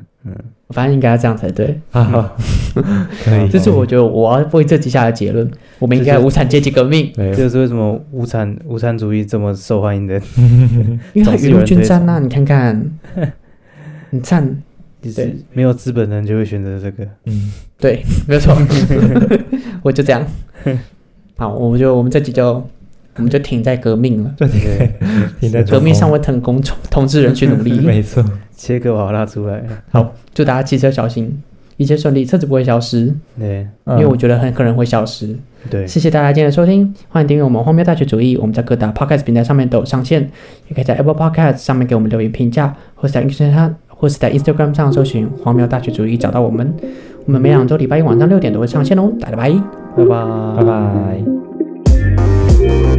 [SPEAKER 1] 我发现应该要这样才对，
[SPEAKER 3] 哈哈，
[SPEAKER 2] 嗯
[SPEAKER 3] 可以，嗯
[SPEAKER 1] 这是我觉得我要为这集下的结论。我们应该
[SPEAKER 2] 这是
[SPEAKER 1] 无产阶级革命，
[SPEAKER 3] 嗯对
[SPEAKER 2] 这就是为什么无产无产主义这么受欢迎的，
[SPEAKER 1] 因为它
[SPEAKER 2] 总是
[SPEAKER 1] 雨
[SPEAKER 2] 有
[SPEAKER 1] 露
[SPEAKER 2] 人
[SPEAKER 1] 均沾呐、啊你看 [LAUGHS] 看，你看，
[SPEAKER 2] 就是没有资本的人就会选择这个。
[SPEAKER 3] 嗯，
[SPEAKER 1] 对，没有错， [LAUGHS] 我就这样。好，我们就我们这集就我们就停在革命了，
[SPEAKER 2] 对，
[SPEAKER 3] 停在
[SPEAKER 1] 革命尚未成功，同同志人去努 [LAUGHS] 力。
[SPEAKER 3] 没错，
[SPEAKER 2] 切割瓦拉出来。
[SPEAKER 1] 好，祝大家骑车小心，一切顺利，车子不会消失，
[SPEAKER 2] 对，
[SPEAKER 3] 嗯
[SPEAKER 1] 嗯因为我觉得很可能会消失。
[SPEAKER 2] 对，
[SPEAKER 1] 谢谢大家今天的收听，欢迎订阅我们荒谬大学主义。我们在各大 podcast 平台上面都有上线，也可以在 Apple Podcast 上面给我们留言评价，或是在 Instagram 上或是在 Instagram 上搜寻“荒谬大学主义”找到我们。我们每两周礼拜一晚上六点都会上线哦，大家拜。
[SPEAKER 2] 拜拜，
[SPEAKER 3] 拜拜。